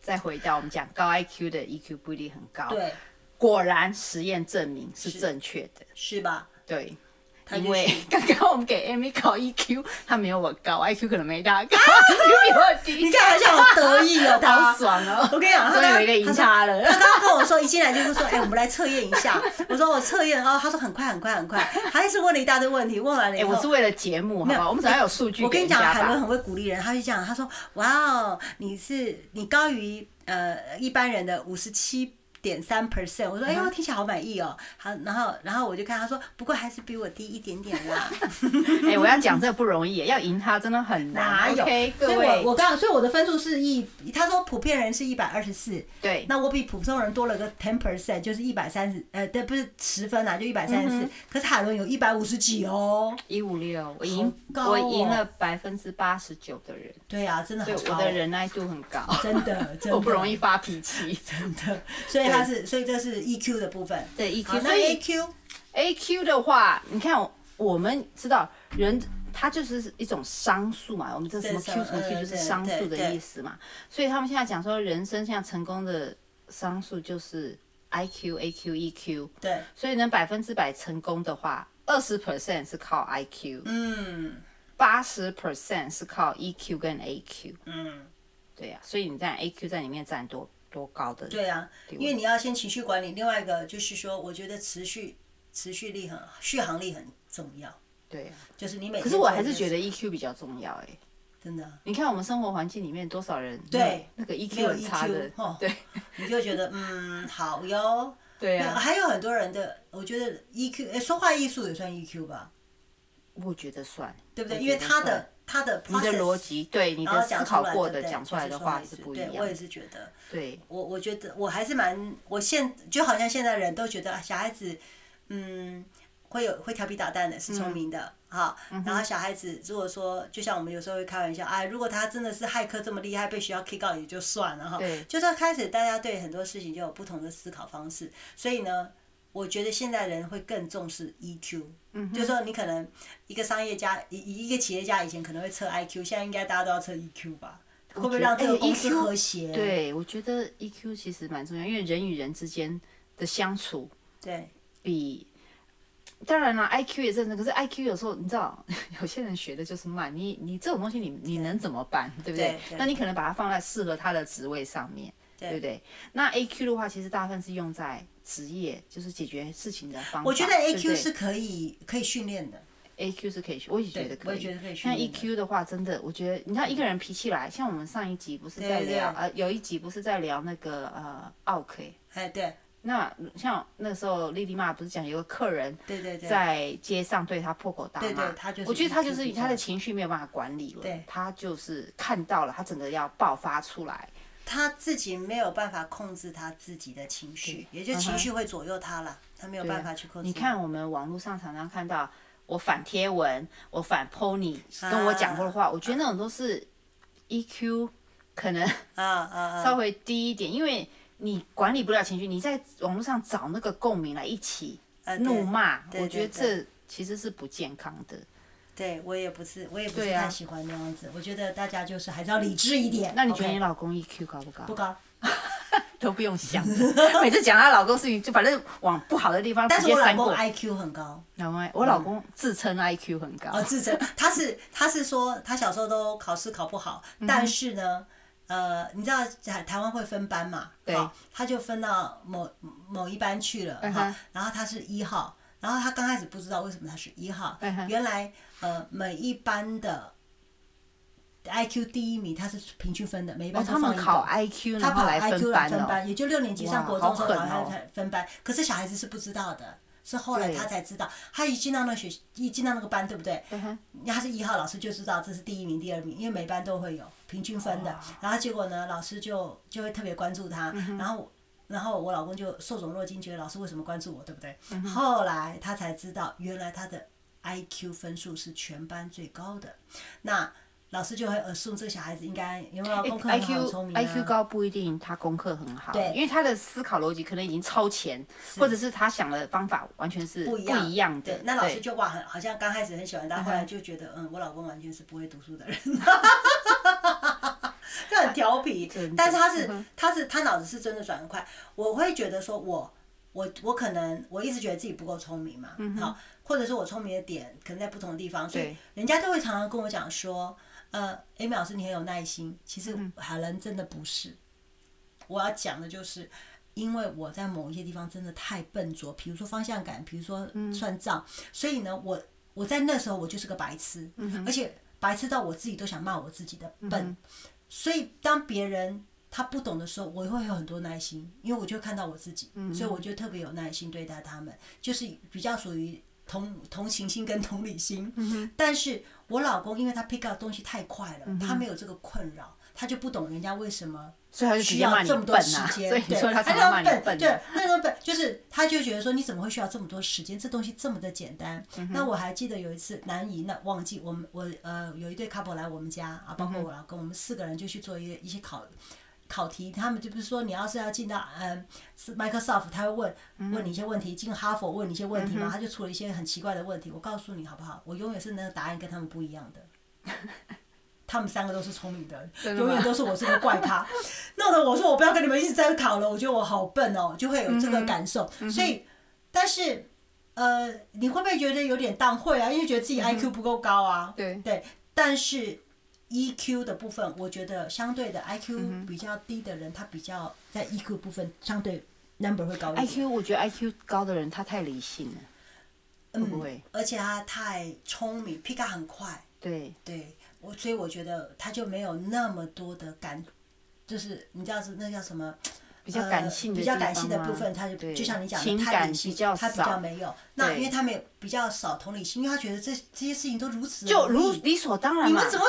Speaker 1: 再回到我们讲高 IQ 的 EQ 不一定很高。，
Speaker 2: 对，
Speaker 1: 果然实验证明是
Speaker 2: 是
Speaker 1: 正确的。
Speaker 2: 是吧？
Speaker 1: 对，
Speaker 2: 他
Speaker 1: 因
Speaker 2: 就是
Speaker 1: 为 刚刚我们给 Amy 考 EQ，她没有我高，IQ 可能没她高 ，IQ 比我低，
Speaker 2: 你看好像好得意 哦，他
Speaker 1: 好。爽哦！
Speaker 2: 我跟你 讲，他
Speaker 1: 终于有一个赢
Speaker 2: 刚他
Speaker 1: 他了。
Speaker 2: 他刚刚跟我说，一进来就是说，哎、我们来测验一 下。我说我测验，哦，他说很快很快很快，还是问了一大堆问题，问完了以
Speaker 1: 哎，
Speaker 2: 后，
Speaker 1: 我是为了节目，好不好？我们总要有数据
Speaker 2: 我跟
Speaker 1: 给
Speaker 2: 你
Speaker 1: 人
Speaker 2: 讲，
Speaker 1: 家
Speaker 2: 海
Speaker 1: 吧
Speaker 2: 伦很会鼓励人，他就这样，他说：“哇哦，你是你高于呃一般人的五十七点三 percent。”我说：“哎
Speaker 1: 嗯
Speaker 2: 呦，听起来好满意哦。”好，然后然后我就看他说：“不过还是比我低一点点啦。
Speaker 1: 哎、我要讲这个不容易耶，要赢他真的很”难。
Speaker 2: 哪有
Speaker 1: OK，各
Speaker 2: 所以
Speaker 1: 位
Speaker 2: 我，我刚所以我的分数是一，他说普遍人是一百二十四，
Speaker 1: 对，
Speaker 2: 那我比普通人多了个 ten percent，就是一百三十，呃，对，不是十分啊，就一百三十
Speaker 1: 嗯
Speaker 2: 四。可是海伦有一百五十几哦。
Speaker 1: 一五六，我赢，
Speaker 2: 好高哦
Speaker 1: 我赢了百分之八十九的人，
Speaker 2: 对啊，真的
Speaker 1: 对，
Speaker 2: 很高
Speaker 1: 我的忍耐度很高，
Speaker 2: 真 的 真的
Speaker 1: 我不容易发脾 气。
Speaker 2: 真的，所以它是，所以这是 EQ 的部分。
Speaker 1: 对
Speaker 2: 好，
Speaker 1: EQ，
Speaker 2: 那
Speaker 1: 所以
Speaker 2: AQ
Speaker 1: AQ 的话，你看我我们知道人。它就是一种商数嘛，我们这什么
Speaker 2: 对
Speaker 1: Q 什么
Speaker 2: 商
Speaker 1: Q 就是商数的意思嘛，所以他们现在讲说，人生像成功的商数就是 I Q、A Q、E Q，
Speaker 2: 对，
Speaker 1: 所以能百分之百成功的话，二十 percent 是靠 I Q，
Speaker 2: 嗯
Speaker 1: 八十 percent 是靠 EQ 跟 AQ，
Speaker 2: 嗯，
Speaker 1: 对呀、所以你在 AQ 在里面占多多高的？
Speaker 2: 对啊，
Speaker 1: 对
Speaker 2: 因为你要先情绪管理，另外一个就是说，我觉得持续持续力很续航力很重要，
Speaker 1: 对呀、
Speaker 2: 就是你每
Speaker 1: 可是我还是觉
Speaker 2: 得
Speaker 1: 得 EQ 比较重要哎、
Speaker 2: 真的，
Speaker 1: 你看我们生活环境里面多少人
Speaker 2: 对
Speaker 1: 那那个
Speaker 2: 没有
Speaker 1: EQ 很差的
Speaker 2: EQ，哦，
Speaker 1: 对
Speaker 2: 你就觉得嗯好哟。
Speaker 1: 对啊
Speaker 2: 那
Speaker 1: 呀、
Speaker 2: 还有很多人的，我觉得 EQ，哎，说话艺术也算 EQ 吧，
Speaker 1: 我觉得算，
Speaker 2: 对不对？
Speaker 1: 我
Speaker 2: 因
Speaker 1: 觉得
Speaker 2: 为他
Speaker 1: 算
Speaker 2: 的他的
Speaker 1: 你的
Speaker 2: process，
Speaker 1: 逻辑，对你
Speaker 2: 然
Speaker 1: 的
Speaker 2: 后
Speaker 1: 思
Speaker 2: 讲
Speaker 1: 考
Speaker 2: 出来
Speaker 1: 过
Speaker 2: 对
Speaker 1: 的
Speaker 2: 不对
Speaker 1: 讲出来的
Speaker 2: 就是
Speaker 1: 话
Speaker 2: 艺
Speaker 1: 是
Speaker 2: 术
Speaker 1: 不一
Speaker 2: 对
Speaker 1: 样
Speaker 2: 我
Speaker 1: 的
Speaker 2: 也，是觉得。
Speaker 1: 对
Speaker 2: 我我觉得我还是蛮，我现就好像现在人都觉得啊小孩子，嗯，会有会调皮捣蛋的，
Speaker 1: 嗯
Speaker 2: 是聪明的哈、然后小孩子如果说，就像我们有时候会开玩笑，哎，如果他真的是骇客这么厉害，被学校 kick out 也就算了哈
Speaker 1: 对。
Speaker 2: 就是开始大家对很多事情就有不同的思考方式，所以呢，我觉得现在人会更重视 EQ。嗯，就是说你可能一个商业家，一一个企业家以前可能会测 IQ，现在应该大家都要测 EQ 吧？会不会让这个
Speaker 1: 哎
Speaker 2: 公司
Speaker 1: EQ
Speaker 2: 和谐？
Speaker 1: 对，我觉得 EQ 其实蛮重要，因为人与人之间的相处
Speaker 2: 对
Speaker 1: 比。当然啦，IQ 也真的，可是 IQ 有时候你知道， 有些人学的就是慢，你你这种东西你你能怎么办，对不对？
Speaker 2: 对对
Speaker 1: 那你可能把它放在适合他的职位上面，对不对？那 AQ 的话，其实大部分是用在职业，就是解决事情的方法。
Speaker 2: 我觉得
Speaker 1: 对啊
Speaker 2: AQ
Speaker 1: 不对
Speaker 2: 是可以可以训练的，
Speaker 1: AQ 是可以学，我也觉得
Speaker 2: 对
Speaker 1: 可
Speaker 2: 我
Speaker 1: 以。
Speaker 2: 也觉得可以训
Speaker 1: 像
Speaker 2: 练的
Speaker 1: EQ 的话，真的，我觉得你看一个人脾气来，像我们上一集不是在
Speaker 2: 对对
Speaker 1: 聊，呃，有一集不是在聊那个呃奥 K，
Speaker 2: 哎，对
Speaker 1: 那像那时候莉莉妈不是讲有个客人
Speaker 2: 对对对，
Speaker 1: 在街上对他破口大骂，
Speaker 2: 对对他就是
Speaker 1: 我觉得他就
Speaker 2: EQ
Speaker 1: 是
Speaker 2: 比较
Speaker 1: 他的情绪没有办法管理了，
Speaker 2: 对
Speaker 1: 他就是看到了，他整个要爆发出来，
Speaker 2: 他自己没有办法控制他自己的情绪，也
Speaker 1: 嗯
Speaker 2: 就是情绪会左右他啦，他没有办法去控制。
Speaker 1: 你，看我们网络上常常看到我反贴文，我反 PO 你跟我讲过的话，
Speaker 2: 啊
Speaker 1: 我觉得那种都是 EQ 可 能
Speaker 2: 啊啊啊，
Speaker 1: 稍微低一点，因为你管理不了情绪，你在网络上找那个共鸣来一起
Speaker 2: 呃
Speaker 1: 怒骂，
Speaker 2: 对
Speaker 1: 我觉得
Speaker 2: 对对
Speaker 1: 这其实是不健康的。
Speaker 2: 对我也不是，我也不是
Speaker 1: 对啊
Speaker 2: 太喜欢那样子。我觉得大家就是还是要理智一点。
Speaker 1: 那你觉得你
Speaker 2: OK？
Speaker 1: 老公 EQ 高不高？
Speaker 2: 不高？
Speaker 1: 都不用想， 每次讲她老公事情，就反正往不好的地方
Speaker 2: 但
Speaker 1: 直
Speaker 2: 是
Speaker 1: 接
Speaker 2: 我老
Speaker 1: 删
Speaker 2: 公
Speaker 1: 过。
Speaker 2: IQ 很高，
Speaker 1: 老公，我老公自称 IQ 很高
Speaker 2: 哦，，自责，他是他是说他小时候都考试考不好，
Speaker 1: 嗯
Speaker 2: 但是呢，呃，你知道台台湾会分班嘛？
Speaker 1: 对
Speaker 2: 好他就分到某某一班去了
Speaker 1: 嗯
Speaker 2: 哈、
Speaker 1: 哼
Speaker 2: 然后他是一号，然后他刚开始不知道为什么他是一号，
Speaker 1: 嗯哼
Speaker 2: 原来呃每一班的 IQ 第一名他是平均分的，每一班
Speaker 1: 哦，
Speaker 2: 都
Speaker 1: 他
Speaker 2: 放一个、
Speaker 1: 们考 IQ，
Speaker 2: 他
Speaker 1: 然后
Speaker 2: 跑
Speaker 1: 来
Speaker 2: IQ
Speaker 1: 分
Speaker 2: 来
Speaker 1: 班
Speaker 2: 分
Speaker 1: 哦。
Speaker 2: 班，也就六年级上
Speaker 1: 哇
Speaker 2: 国中的时候
Speaker 1: 好狠
Speaker 2: 好
Speaker 1: 哦
Speaker 2: 像才分班，可是小孩子是不知道的，是后来
Speaker 1: 对
Speaker 2: 他才知道，他一进到那个学，一进到那个班，对不对？
Speaker 1: 嗯
Speaker 2: 他是一号，老师就知道这是第一名、第二名，因为
Speaker 1: 嗯
Speaker 2: 每班都会有平均分的。然后结果呢，老师就就会特别关注他，然后。然后我老公就受宠若惊，觉得老师为什么关注我，对不对？
Speaker 1: 嗯
Speaker 2: 后来他才知道，原来他的 IQ 分数是全班最高的。那老师就会呃送这个小孩子应该有没有
Speaker 1: 哎
Speaker 2: 功课很好、很聪
Speaker 1: IQ
Speaker 2: 明啊
Speaker 1: IQ 高不一定他功课很好，
Speaker 2: 对
Speaker 1: 因为他的思考逻辑可能已经超前，或者是他想的方法完全是
Speaker 2: 不
Speaker 1: 不
Speaker 2: 一样
Speaker 1: 一样的
Speaker 2: 对。，那老
Speaker 1: 对
Speaker 2: 师就哇，很好像刚开始很喜欢他，后来就觉得，嗯，我老公完全是不会读书的人， 就很调皮
Speaker 1: 真的。
Speaker 2: 但是他是
Speaker 1: 嗯
Speaker 2: 他是他脑子是真的转很快，我会觉得说我。我我可能我一直觉得自己不够聪明嘛，好，或者是我聪明的点可能在不同的地方，所以
Speaker 1: 对
Speaker 2: 人家都会常常跟我讲说，呃，Amy 老师你很有耐心，其实海伦真的不是，我要讲的就是，因为我在某一些地方真的太笨拙，比如说方向感，比如说算账，所以呢，我我在那时候我就是个白痴，而且白痴到我自己都想骂我自己的笨，所以当别人。他不懂的时候，我会有很多耐心，因为我就看到我自己，所以我就特别有耐心对待他们，就是比较属于同同情心跟同理心。但是我老公因为他 pick up 东西太快了，他没有这个困扰，他就不懂人家为什么
Speaker 1: 所以他就直
Speaker 2: 需
Speaker 1: 接骂
Speaker 2: 要
Speaker 1: 你
Speaker 2: 这
Speaker 1: 笨
Speaker 2: 么多
Speaker 1: 啊，
Speaker 2: 时间，
Speaker 1: 所以你
Speaker 2: 对
Speaker 1: 说他
Speaker 2: 他
Speaker 1: 常
Speaker 2: 就
Speaker 1: 常骂你
Speaker 2: 笨，
Speaker 1: 笨，啊
Speaker 2: 对，那种笨就是他就觉得说你怎么会需要这么多时间？这东西这么的简单。
Speaker 1: 嗯
Speaker 2: 那我还记得有一次南移那忘记我们我呃有一对 couple 来我们家啊，
Speaker 1: 嗯
Speaker 2: 包括我老公，我们四个人就去做一个一些考。考题，他们就不是说你要是要进到嗯是 Microsoft，他会问
Speaker 1: 嗯
Speaker 2: 问你一些问题，进哈佛问你一些问题嘛，他就出了一些很奇怪的问题。我告诉你好不好？我永远是那个答案跟他们不一样的。他们三个都是聪明的人，
Speaker 1: 真的吗
Speaker 2: 永远都是我是个怪 咖，弄得我说我不要跟你们一直在考了，我觉得我好笨哦，就会有这个感受。
Speaker 1: 嗯
Speaker 2: 所以，但是呃，你会不会觉得有点荡会啊？因为觉得自己 IQ 不够高啊。
Speaker 1: 嗯对
Speaker 2: 对，但是 EQ 的部分，我觉得相对的
Speaker 1: 嗯
Speaker 2: IQ 比较低的人，他比较在 EQ 部分相对 number 会高一点。
Speaker 1: IQ 我觉得 IQ 高的人他太理性了，会不会？
Speaker 2: 嗯而且他太聪明，pick up 很快。
Speaker 1: 对，
Speaker 2: 对我，所以我觉得他就没有那么多的感，就是你知道是那叫什么？
Speaker 1: 比较感性的
Speaker 2: 呃、比
Speaker 1: 地方
Speaker 2: 较
Speaker 1: 啊
Speaker 2: 感性的部分，他就
Speaker 1: 对
Speaker 2: 就像你讲
Speaker 1: 情
Speaker 2: 的，太
Speaker 1: 感
Speaker 2: 理性，
Speaker 1: 比较
Speaker 2: 他比
Speaker 1: 少
Speaker 2: 较没有。那
Speaker 1: 对
Speaker 2: 因为他们也比较少同理心，因为他觉得这这些事情都如此
Speaker 1: 就
Speaker 2: 容
Speaker 1: 如
Speaker 2: 易啊
Speaker 1: 理所当然
Speaker 2: 你
Speaker 1: 嘛
Speaker 2: 们。怎么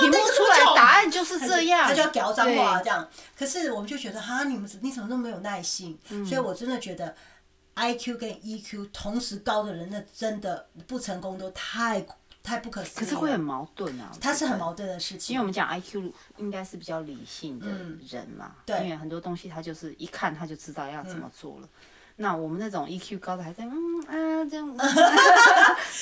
Speaker 1: 题目出来答案就是
Speaker 2: 他
Speaker 1: 这样，
Speaker 2: 他就要屌脏
Speaker 1: 对
Speaker 2: 话这样。可是我们就觉得哈，你们你怎么那么没有耐心？
Speaker 1: 嗯
Speaker 2: 所以我真的觉得 I Q 跟 E Q 同时高的人，那真的不成功都太太不可思议
Speaker 1: 可
Speaker 2: 了。
Speaker 1: 是会很矛盾啊。
Speaker 2: 它是
Speaker 1: 我觉
Speaker 2: 很
Speaker 1: 得
Speaker 2: 矛盾的事情。
Speaker 1: 因为我们讲 IQ 应该是比较理性的人嘛，
Speaker 2: 嗯对
Speaker 1: 因为很多东西他就是一看他就知道要怎么做了。
Speaker 2: 嗯
Speaker 1: 那我们那种 EQ 高的还在嗯啊这 样，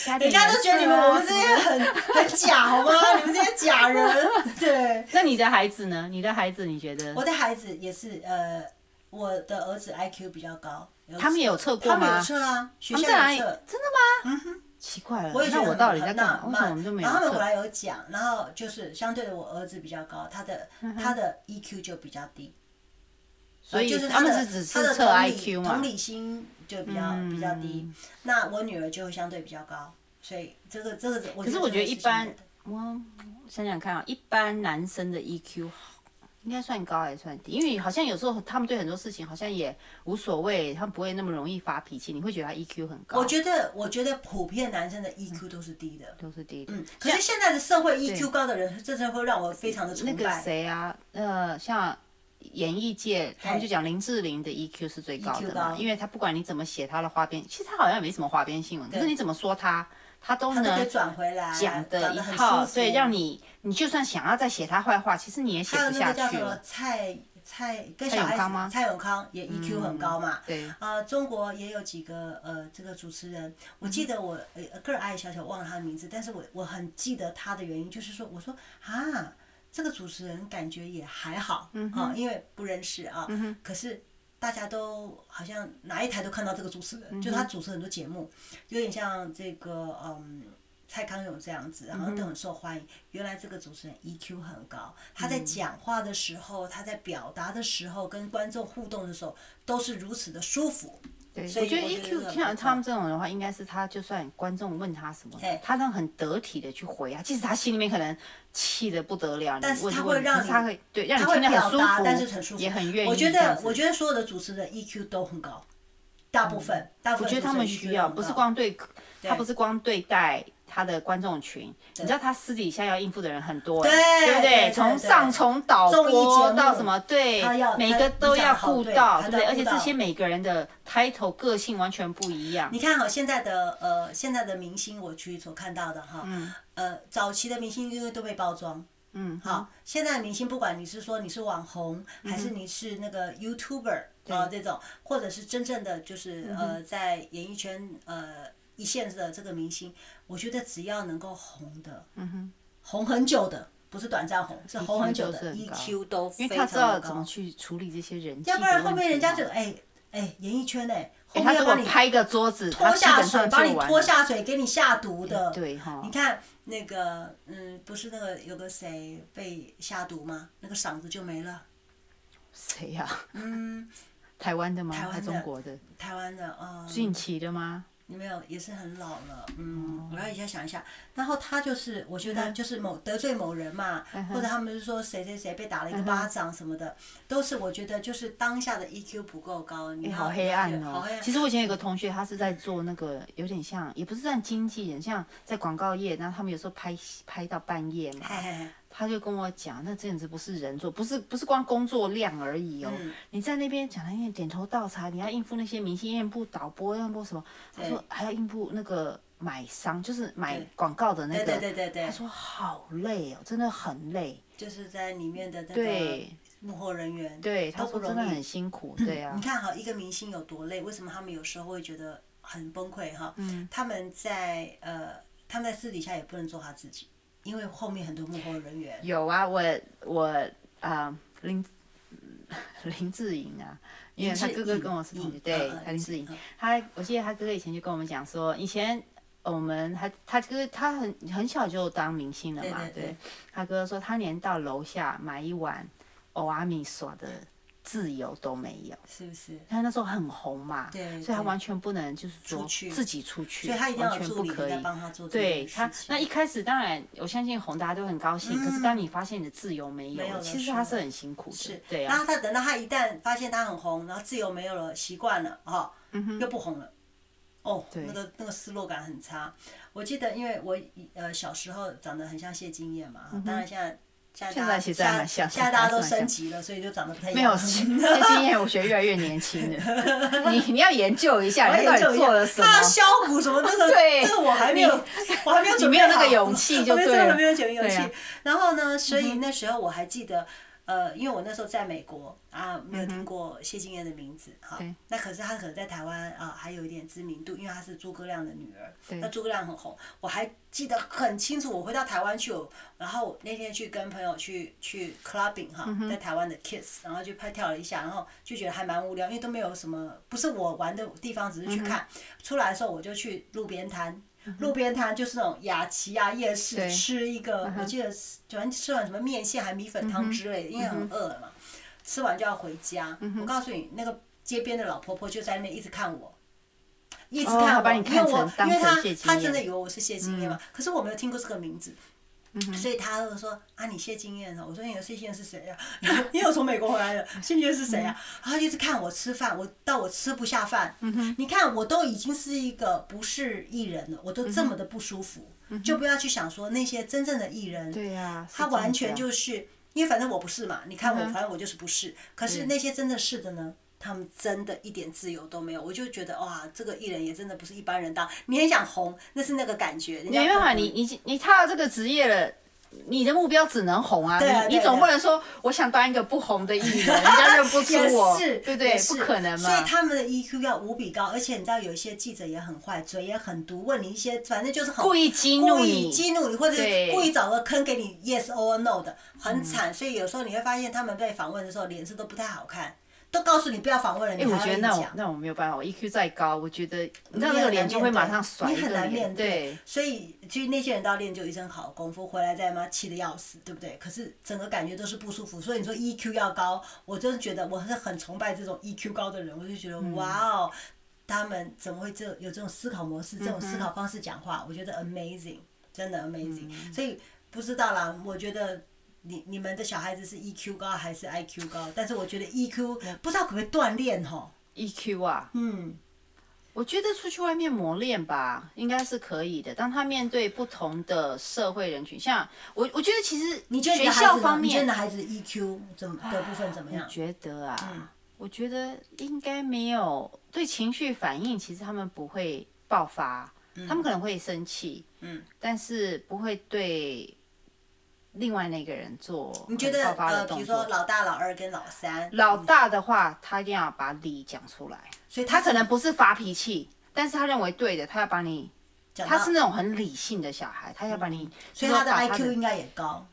Speaker 1: 加点
Speaker 2: 人家
Speaker 1: 颜
Speaker 2: 都觉得
Speaker 1: 色
Speaker 2: 你们
Speaker 1: 啊
Speaker 2: 我们这些很很假， 好吗？你们这些假人。对，
Speaker 1: 那你的孩子呢？你的孩子你觉得
Speaker 2: 我的孩子也是，呃，我的儿子 IQ 比较高，有
Speaker 1: 他们也有测过
Speaker 2: 他们有
Speaker 1: 吗？
Speaker 2: 测啊，学
Speaker 1: 他
Speaker 2: 校
Speaker 1: 们在哪里？
Speaker 2: 有
Speaker 1: 真的
Speaker 2: 测。
Speaker 1: 吗？奇怪了，
Speaker 2: 我也觉
Speaker 1: 那
Speaker 2: 得
Speaker 1: 我
Speaker 2: 很
Speaker 1: 到底在
Speaker 2: 很
Speaker 1: 干嘛？
Speaker 2: 纳
Speaker 1: 为什么我们都没有
Speaker 2: 然后他们回
Speaker 1: 测？
Speaker 2: 来有讲，然后就是相对的，我儿子比较高，他的他的 EQ 就比较低，
Speaker 1: 嗯所以
Speaker 2: 就是
Speaker 1: 他
Speaker 2: 的
Speaker 1: 们是只
Speaker 2: 他
Speaker 1: 是
Speaker 2: 的
Speaker 1: 测
Speaker 2: 同理
Speaker 1: IQ
Speaker 2: 同
Speaker 1: 嘛？嗯
Speaker 2: 理心就比较比较低。那我女儿就相对比较高，所以这个这个我
Speaker 1: 可是
Speaker 2: 觉得
Speaker 1: 我
Speaker 2: 这
Speaker 1: 觉得
Speaker 2: 个
Speaker 1: 一
Speaker 2: 是相
Speaker 1: 般
Speaker 2: 对的，
Speaker 1: 我想想看啊，一般男生的 E EQ 应该算高还是算低？因为好像有时候他们对很多事情好像也无所谓，他们不会那么容易发脾气。你会觉得他 EQ 很高？
Speaker 2: 我觉得，我觉得普遍男生的 EQ 都是低的。
Speaker 1: 都是低的。
Speaker 2: 嗯，可是现在的社会 EQ 高的人，真的会让我非常的
Speaker 1: 那
Speaker 2: 崇
Speaker 1: 个
Speaker 2: 拜。
Speaker 1: 谁啊，呃，像演艺界，他们就讲林志玲的 EQ 是最 E 高的
Speaker 2: EQ
Speaker 1: 嘛，
Speaker 2: 高
Speaker 1: 因为他不管你怎么写他的花边，其实他好像也没什么花边新闻，可是你怎么说他，他都
Speaker 2: 他都可
Speaker 1: 能
Speaker 2: 以转回来，
Speaker 1: 讲的一
Speaker 2: 得很
Speaker 1: 套，
Speaker 2: 舒服
Speaker 1: 对，让你你就算想要再写他坏话，其实你也写
Speaker 2: 还有
Speaker 1: 不
Speaker 2: 那
Speaker 1: 下
Speaker 2: 个叫
Speaker 1: 去
Speaker 2: 什么
Speaker 1: 了。
Speaker 2: 蔡蔡跟
Speaker 1: 蔡
Speaker 2: 小
Speaker 1: 永
Speaker 2: 孩
Speaker 1: 康吗
Speaker 2: 子蔡永康也 EQ 很高嘛。
Speaker 1: 嗯对，
Speaker 2: 呃，中国也有几个呃，这个主持人，我记得我呃个儿矮小小忘了他的名字，但是我我很记得他的原因，就是说我说啊，这个主持人感觉也还好，啊，因为不认识啊，可是大家都好像哪一台都看到这个主持人，就他主持很多节目，有点像这个嗯。蔡康永这样子，好像都很受欢迎。原来这个主持人 EQ 很高，他在讲话的时候，他在表达的时候，跟观众互动的时候，都是如此的舒服。
Speaker 1: 对，
Speaker 2: 所以
Speaker 1: 我觉得
Speaker 2: 我觉得这
Speaker 1: EQ
Speaker 2: 个
Speaker 1: 像
Speaker 2: 很
Speaker 1: 他们这种的话，应该是他就算观众问他什么
Speaker 2: 对，
Speaker 1: 他能很得体的去回啊，即使他心里面可能气得不得了，
Speaker 2: 但
Speaker 1: 你
Speaker 2: 是
Speaker 1: 问
Speaker 2: 他
Speaker 1: 问
Speaker 2: 会让
Speaker 1: 可是他
Speaker 2: 你
Speaker 1: 会对让你
Speaker 2: 他会
Speaker 1: 听得
Speaker 2: 表
Speaker 1: 很舒
Speaker 2: 达，
Speaker 1: 服，
Speaker 2: 但是很舒服，
Speaker 1: 也很愿意。
Speaker 2: 我觉
Speaker 1: 这样
Speaker 2: 得
Speaker 1: 子，
Speaker 2: 我觉得所有的主持人 EQ 都很高，大部分，大部
Speaker 1: 嗯我
Speaker 2: 分
Speaker 1: 觉得他们需要，
Speaker 2: 主
Speaker 1: 不
Speaker 2: 持 E
Speaker 1: 是
Speaker 2: 人 EQ 都很高
Speaker 1: 光对，他不是光对待他的观众群，你知道他私底下要应付的人很多，欸
Speaker 2: 对
Speaker 1: 对不
Speaker 2: 对对
Speaker 1: 对？从
Speaker 2: 对
Speaker 1: 上从导
Speaker 2: 综艺节
Speaker 1: 播
Speaker 2: 目
Speaker 1: 到什么，对
Speaker 2: 他要，
Speaker 1: 每
Speaker 2: 他
Speaker 1: 个都
Speaker 2: 你讲
Speaker 1: 要
Speaker 2: 得好
Speaker 1: 顾
Speaker 2: 对
Speaker 1: 到，
Speaker 2: 他
Speaker 1: 对
Speaker 2: 都
Speaker 1: 不对？
Speaker 2: 要
Speaker 1: 而且
Speaker 2: 顾
Speaker 1: 这
Speaker 2: 到
Speaker 1: 些每个人的 title 个性完全不一样
Speaker 2: 你，看好现在的呃现在的明星，我去所看到的哈，呃早期的明星因为都被包装，
Speaker 1: 嗯，
Speaker 2: 好，现在的明星不管你是说你是网红，还是你是那个 YouTuber 啊这种，或者是真正的就是
Speaker 1: 嗯
Speaker 2: 呃在演艺圈呃一线的这个明星，我觉得只要能够红的，嗯哼，红很久的，不是短暂红，是红很久的
Speaker 1: EQ 都是很
Speaker 2: EQ 都
Speaker 1: 因
Speaker 2: 非
Speaker 1: 为他
Speaker 2: 常
Speaker 1: 知道
Speaker 2: 的
Speaker 1: 怎么
Speaker 2: 高，
Speaker 1: 去处理这些人际
Speaker 2: 要
Speaker 1: 的问
Speaker 2: 不
Speaker 1: 题
Speaker 2: 然
Speaker 1: 嘛，
Speaker 2: 后面人家就哎哎演艺圈哎，后
Speaker 1: 他
Speaker 2: 面
Speaker 1: 如
Speaker 2: 要
Speaker 1: 果
Speaker 2: 把你
Speaker 1: 拍个桌子，他
Speaker 2: 拖
Speaker 1: 基
Speaker 2: 下
Speaker 1: 本
Speaker 2: 水，
Speaker 1: 上
Speaker 2: 把
Speaker 1: 就
Speaker 2: 你
Speaker 1: 完
Speaker 2: 拖
Speaker 1: 了哎
Speaker 2: 下水，给你下毒的。
Speaker 1: 对哈
Speaker 2: 你看那个，嗯，不是那个有个谁被下毒吗？那个嗓子就没了。
Speaker 1: 谁呀？
Speaker 2: 嗯，
Speaker 1: 台湾的吗？
Speaker 2: 台湾
Speaker 1: 还
Speaker 2: 的
Speaker 1: 中国的？
Speaker 2: 台湾的啊，
Speaker 1: 近期的吗？
Speaker 2: 没有，也是很老了。
Speaker 1: 哦
Speaker 2: 嗯，我要一下想一下。然后他就是，我觉
Speaker 1: 嗯
Speaker 2: 得就是某得罪某人嘛，或者他们是说谁谁谁被打了一个巴掌什么
Speaker 1: 嗯
Speaker 2: 的，都是我觉得就是当下的 EQ 不够高。你
Speaker 1: 哎，
Speaker 2: 要
Speaker 1: 好黑暗
Speaker 2: 好
Speaker 1: 哦
Speaker 2: 黑！暗
Speaker 1: 其。实我以前有个同学，他是在做那个，有点像，也不是算经纪人，像在广告业，然后他们有时候拍戏拍到半夜嘛，
Speaker 2: 嘿嘿嘿
Speaker 1: 他就跟我讲，那简直不是人做，不是不是光工作量而已哦。
Speaker 2: 嗯
Speaker 1: 你在那边讲了一点点头倒茶，你要应付那些明星，应付导播，应付什么？他说还要应付那个买商，就是买广告的那
Speaker 2: 对
Speaker 1: 个。
Speaker 2: 对对对对
Speaker 1: 他，说好累哦，真的很累。
Speaker 2: 就是在里面的那个
Speaker 1: 对
Speaker 2: 幕后人员，
Speaker 1: 对，他
Speaker 2: 都不
Speaker 1: 说
Speaker 2: 容
Speaker 1: 真
Speaker 2: 易。
Speaker 1: 的很辛苦。 对啊
Speaker 2: 你，看哈，一个明星有多累，为什么他们有时候会觉得很崩溃哈？
Speaker 1: 嗯
Speaker 2: 他们在呃，他们在私底下也不能做他自己，因为后面很多幕后人员。
Speaker 1: 有啊，我我啊、林 林志颖啊，因为他哥哥跟我是同学，对，
Speaker 2: 呃
Speaker 1: 他林
Speaker 2: 嗯
Speaker 1: 志颖，他我记得他哥哥以前就跟我们讲说，以前我们还他哥哥他很很小就当明星了嘛，
Speaker 2: 对对对
Speaker 1: 他哥哥说他连到楼下买一碗欧阿米索的自由都没有。
Speaker 2: 是不是？
Speaker 1: 他那时候很红嘛，
Speaker 2: 对
Speaker 1: 所以他
Speaker 2: 对
Speaker 1: 完全不能就是说
Speaker 2: 出去
Speaker 1: 自己出去，
Speaker 2: 所以他一定要
Speaker 1: 完
Speaker 2: 有
Speaker 1: 全
Speaker 2: 助
Speaker 1: 不
Speaker 2: 理
Speaker 1: 可以
Speaker 2: 在帮他做这
Speaker 1: 对
Speaker 2: 件
Speaker 1: 他
Speaker 2: 事情。嗯
Speaker 1: 那一开始当然，我相信红大家都很高兴。可是当你发现你的自由没有
Speaker 2: 没有
Speaker 1: 了，
Speaker 2: 了
Speaker 1: 其
Speaker 2: 是
Speaker 1: 实他是很辛苦的。
Speaker 2: 是，
Speaker 1: 对
Speaker 2: 然
Speaker 1: 啊，
Speaker 2: 后他等到他一旦发现他很红，然后自由没有了，习惯了哈、又不红了，哦，
Speaker 1: 嗯对
Speaker 2: 那个那个失落感很差。我记得，因为我以呃小时候长得很像谢金燕嘛，哈当然现在。现在
Speaker 1: 嗯现
Speaker 2: 大
Speaker 1: 在
Speaker 2: 家
Speaker 1: 其实还蛮像
Speaker 2: 现在现在大家都
Speaker 1: 还是蛮
Speaker 2: 升
Speaker 1: 像
Speaker 2: 级了，所以就长得不太一
Speaker 1: 没
Speaker 2: 样
Speaker 1: 有，谢金燕，我觉得越来越年轻 了。你你要研究一下，
Speaker 2: 我
Speaker 1: 人家
Speaker 2: 也
Speaker 1: 到
Speaker 2: 就
Speaker 1: 底
Speaker 2: 一
Speaker 1: 做
Speaker 2: 样
Speaker 1: 了什么？
Speaker 2: 他削骨什么 那个，
Speaker 1: 对
Speaker 2: 这个我还没有，我还没有
Speaker 1: 你
Speaker 2: 准备
Speaker 1: 没有那个
Speaker 2: 好
Speaker 1: 勇气就
Speaker 2: 我
Speaker 1: 对
Speaker 2: 真的
Speaker 1: 了
Speaker 2: 没有准备勇
Speaker 1: 对
Speaker 2: 气
Speaker 1: 啊。嗯
Speaker 2: 然后呢，所以那时候我还记得，呃，因为我那时候在美国啊，没有听过谢金燕的名字哈
Speaker 1: 嗯对。
Speaker 2: 那可是她可能在台湾啊还有一点知名度，因为她是诸葛亮的女儿。
Speaker 1: 对
Speaker 2: 那诸葛亮很红，我还记得很清楚。我回到台湾去，我然后我那天去跟朋友去去 clubbing 哈，
Speaker 1: 嗯
Speaker 2: 在台湾的 Kiss，然后就拍跳了一下，然后就觉得还蛮无聊，因为都没有什么，不是我玩的地方，只
Speaker 1: 嗯
Speaker 2: 是去看。出来的时候我就去路边摊。路边摊就是那种雅琪啊夜市
Speaker 1: 对
Speaker 2: 吃一
Speaker 1: 嗯
Speaker 2: 个，我记得是反正吃完什么面线还米粉汤之类的，因为很饿了嘛，吃完就要回家。
Speaker 1: 嗯
Speaker 2: 我告诉你，那个街边的老婆婆就在那一直看我，一直
Speaker 1: 哦
Speaker 2: 看
Speaker 1: 她
Speaker 2: 我，
Speaker 1: 把你
Speaker 2: 因
Speaker 1: 看
Speaker 2: 为我
Speaker 1: 成当
Speaker 2: 因为
Speaker 1: 成
Speaker 2: 她
Speaker 1: 谢
Speaker 2: 她
Speaker 1: 金
Speaker 2: 真的
Speaker 1: 燕嗯
Speaker 2: 以为我是谢金燕嘛，可是我没有听过这个名字。所以他就说啊，你谢金燕哦，我说你的谢金燕是谁呀、 因为我从美国回来
Speaker 1: 嗯
Speaker 2: 的，谢金燕是谁呀、然后他就一直看我吃饭，我到我吃不下饭。你看我都已经是一个不是艺人了，我都这么的不舒服，就不要去想说那些真正的艺人，
Speaker 1: 嗯对啊，嗯
Speaker 2: 他完全
Speaker 1: 是
Speaker 2: 就是因为反正我不是嘛，你看我，反正我就是不是。可是那些真的是的呢，他们真的一点自由都没有。我就觉得哇，这个艺人也真的不是一般人当。你很想红，那是那个感觉。人
Speaker 1: 这
Speaker 2: 家
Speaker 1: 样子啊没办法，
Speaker 2: 不
Speaker 1: 你你你踏到这个职业了。你的目标只能红啊！
Speaker 2: 对啊
Speaker 1: 你
Speaker 2: 对
Speaker 1: 你
Speaker 2: 啊
Speaker 1: 总
Speaker 2: 对啊
Speaker 1: 不能说我想当一个不红的艺人，人家认不出
Speaker 2: 也
Speaker 1: 我，
Speaker 2: 是，
Speaker 1: 对不对
Speaker 2: 也？是
Speaker 1: 不可能嘛！
Speaker 2: 所以他们的 EQ 要无比高，而且你知道有一些记者也很坏，嘴也很毒，问你一些反正就是很
Speaker 1: 故意激
Speaker 2: 故
Speaker 1: 怒
Speaker 2: 意
Speaker 1: 你，
Speaker 2: 激怒你，或者是
Speaker 1: 对嗯
Speaker 2: 故意找个坑给你 yes or no 的，很惨。所以有时候你会发现他们被访问的时候脸色都不太好看，都告诉你不要访问了，
Speaker 1: 哎、
Speaker 2: 你
Speaker 1: 我
Speaker 2: 还
Speaker 1: 觉得
Speaker 2: 要硬
Speaker 1: 那我
Speaker 2: 讲。
Speaker 1: 那我没有办法，我 EQ 再高，我觉得你
Speaker 2: 你
Speaker 1: 知道那
Speaker 2: 也
Speaker 1: 个
Speaker 2: 很
Speaker 1: 脸
Speaker 2: 难
Speaker 1: 就会
Speaker 2: 面
Speaker 1: 马
Speaker 2: 对
Speaker 1: 上甩
Speaker 2: 你
Speaker 1: 一
Speaker 2: 很
Speaker 1: 个
Speaker 2: 难
Speaker 1: 脸，
Speaker 2: 面
Speaker 1: 对，
Speaker 2: 所以就那些人到练就一身好功夫，回来再妈气得要死，对不对？可是整个感觉都是不舒服，所以你说 EQ 要高，我真的觉得我是很崇拜这种 EQ 高的人，我就觉
Speaker 1: 嗯
Speaker 2: 得、哇哦，他们怎么会这有这种思考模式、这种思考方式讲话？我觉得 amazing，真的 amazing、所
Speaker 1: 嗯
Speaker 2: 以不知道啦，我觉得。你你们的小孩子是 EQ 高还是 E IQ 高？但是我觉得 EQ 不知道可不可以锻炼吼。
Speaker 1: EQ，E 啊，
Speaker 2: 嗯，
Speaker 1: 我觉得出去外面磨练吧，应该是可以的。当他面对不同的社会人群，像我，我觉得其实
Speaker 2: 你觉得你
Speaker 1: 学
Speaker 2: 的孩
Speaker 1: 校
Speaker 2: 子呢，
Speaker 1: 方
Speaker 2: 你觉得
Speaker 1: 面
Speaker 2: 你的，孩子 EQ 怎么的部分怎么
Speaker 1: 我
Speaker 2: 样？
Speaker 1: 觉得啊，我觉得应该没有对情绪反应，其实他们不会爆发，
Speaker 2: 嗯
Speaker 1: 他们可能会生气，嗯，但是不会对另外那个人做
Speaker 2: 你觉
Speaker 1: 很
Speaker 2: 得
Speaker 1: 爆发
Speaker 2: 呃，
Speaker 1: 的
Speaker 2: 比
Speaker 1: 动
Speaker 2: 如
Speaker 1: 作。
Speaker 2: 说老大、老二跟老三，
Speaker 1: 老大的话，他一定要把理讲出来。
Speaker 2: 所以
Speaker 1: 他可能不是发脾气，但是他认为对的，他要把你，
Speaker 2: 讲
Speaker 1: 他
Speaker 2: 到
Speaker 1: 是，那种很理性的小孩，他要把你，
Speaker 2: 嗯所以他的
Speaker 1: 就是说把
Speaker 2: IQ 应该也高，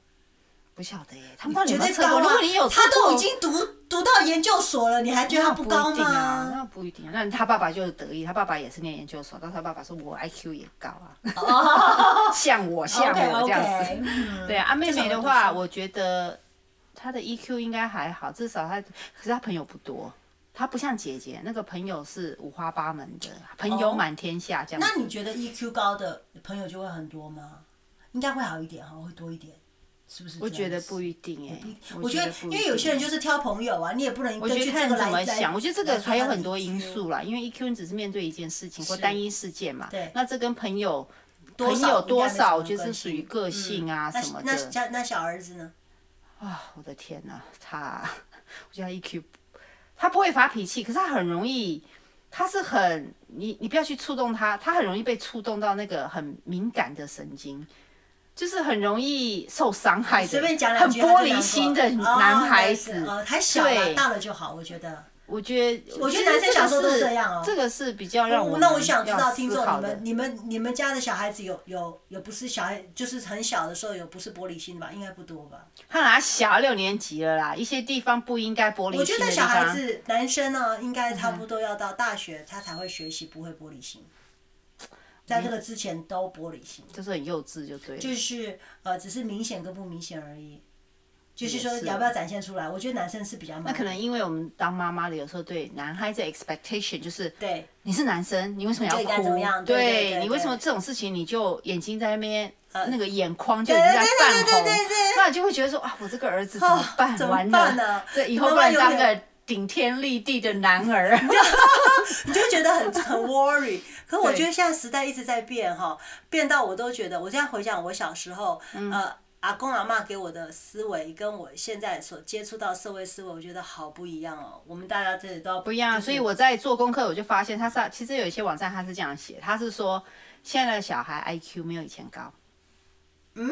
Speaker 1: 不晓得耶，他们到底
Speaker 2: 绝
Speaker 1: 有没有
Speaker 2: 对
Speaker 1: 测
Speaker 2: 高
Speaker 1: 过？如
Speaker 2: 啊
Speaker 1: 果你有！测
Speaker 2: 他都
Speaker 1: 过
Speaker 2: 已经读读到研究所了，你还觉得他
Speaker 1: 那不
Speaker 2: 高
Speaker 1: 一定啊，
Speaker 2: 吗？
Speaker 1: 那不一定啊。那他爸爸就是得意，他爸爸也是念研究所，但他爸爸说我 IQ 也高啊， 像我像
Speaker 2: 哦 OK
Speaker 1: 我这样子。
Speaker 2: OK，嗯
Speaker 1: 对啊，啊妹
Speaker 2: 至少
Speaker 1: 妹的
Speaker 2: 会
Speaker 1: 话，
Speaker 2: 读书
Speaker 1: 我觉得她的 EQ 应该还好，至少她，可是她朋友不多，她不像姐姐那个朋友是五花八门的，朋友满天下这样子。
Speaker 2: 哦那你觉得 EQ 高的朋友就会很多吗？应该会好一点哈，会多一点，是不是这样子？
Speaker 1: 我
Speaker 2: ？E，
Speaker 1: 觉得不一定哎、
Speaker 2: 我觉得，
Speaker 1: 不
Speaker 2: 因
Speaker 1: 一
Speaker 2: 为有些人
Speaker 1: 定
Speaker 2: 就是挑朋友啊，你也不能
Speaker 1: 我
Speaker 2: 根
Speaker 1: 觉
Speaker 2: 据
Speaker 1: 得
Speaker 2: 这
Speaker 1: 看
Speaker 2: 个
Speaker 1: 怎
Speaker 2: 来
Speaker 1: 么
Speaker 2: 来
Speaker 1: 想，我觉得这个
Speaker 2: 来说
Speaker 1: 还有
Speaker 2: 他的 E
Speaker 1: 很多因
Speaker 2: EQ
Speaker 1: 素啦，因为 EQ 你只是面对一件事情或
Speaker 2: 是
Speaker 1: 单一事件嘛，
Speaker 2: 对
Speaker 1: 那这跟朋友
Speaker 2: 多
Speaker 1: 朋
Speaker 2: 少
Speaker 1: 友
Speaker 2: 应该
Speaker 1: 多
Speaker 2: 没什
Speaker 1: 少
Speaker 2: 么
Speaker 1: 就是
Speaker 2: 关
Speaker 1: 属
Speaker 2: 系
Speaker 1: 于个性啊
Speaker 2: 嗯那
Speaker 1: 什么
Speaker 2: 那
Speaker 1: 的
Speaker 2: 小那小儿子呢？
Speaker 1: 啊，我的天哪、他我觉得他 EQ，他不会发脾气，可是他很容易，他是很你你不要去触动他，他很容易被触动到那个很敏感的神经。就是很容易受伤害的，
Speaker 2: 随便讲两
Speaker 1: 哎很
Speaker 2: 句他就
Speaker 1: 玻
Speaker 2: 难
Speaker 1: 璃
Speaker 2: 过
Speaker 1: 心的
Speaker 2: 哦
Speaker 1: 男孩
Speaker 2: 了
Speaker 1: 子
Speaker 2: 解，哦，还小了，
Speaker 1: 对
Speaker 2: 大了就好，我觉得。
Speaker 1: 我觉得，
Speaker 2: 我觉
Speaker 1: 其
Speaker 2: 得
Speaker 1: 实
Speaker 2: 男生
Speaker 1: 这
Speaker 2: 小
Speaker 1: 个
Speaker 2: 时候都
Speaker 1: 是
Speaker 2: 这样哦
Speaker 1: 这个是比较让我
Speaker 2: 那
Speaker 1: 们
Speaker 2: 我想知
Speaker 1: 要
Speaker 2: 道，
Speaker 1: 思
Speaker 2: 听众
Speaker 1: 考
Speaker 2: 你
Speaker 1: 的
Speaker 2: 们、你们、你们家的小孩子有有有不是小孩，就是很小的时候有不是玻璃心吧？应该不多吧？
Speaker 1: 他拿小六年级了啦，一些地方不应该玻璃
Speaker 2: 我
Speaker 1: 心
Speaker 2: 觉
Speaker 1: 的
Speaker 2: 得
Speaker 1: 地
Speaker 2: 小孩
Speaker 1: 方。嗯
Speaker 2: 子男生呢，应该差不多要到大学他才会学习不会玻璃心，在这个之前都玻璃心。
Speaker 1: 就是很幼稚，就对了。
Speaker 2: 就是呃，只是明显跟不明显而已。就是
Speaker 1: 也
Speaker 2: 说，
Speaker 1: 是
Speaker 2: 要不要展现出来？我觉得男生是比较慢
Speaker 1: 那
Speaker 2: 的，
Speaker 1: 可能因为我们当妈妈的，有时候对男孩子 expectation 就是
Speaker 2: 对，
Speaker 1: 你是男生，你为什么要
Speaker 2: 就应该
Speaker 1: 哭？
Speaker 2: 怎么样对对对
Speaker 1: 你为什么这种事情你就眼睛在那边，那个眼眶就
Speaker 2: 对
Speaker 1: 已经在泛
Speaker 2: 对对
Speaker 1: 红
Speaker 2: 对对对，
Speaker 1: 那你就会觉得说啊，我这个儿子怎么办？
Speaker 2: 怎么
Speaker 1: 完
Speaker 2: 办
Speaker 1: 了
Speaker 2: 呢，
Speaker 1: 这以后
Speaker 2: 妈
Speaker 1: 不
Speaker 2: 妈
Speaker 1: 能
Speaker 2: 有
Speaker 1: 当
Speaker 2: 点
Speaker 1: 个顶天立地的男儿。
Speaker 2: 你就觉得很 很 worry。可我
Speaker 1: 对
Speaker 2: 觉得现在时代一直在变哈，变到我都觉得，我现在回想我小时候，
Speaker 1: 嗯
Speaker 2: 呃，阿公阿嬷给我的思维跟我现在所接触到社会思维，我觉得好不一样哦。我们大家这里都要
Speaker 1: 不一样，啊
Speaker 2: 就是
Speaker 1: 所以我在做功课，我就发现他是其实有一些网站他是这样写，他是说现在的小孩 IQ 没有以前高。嗯，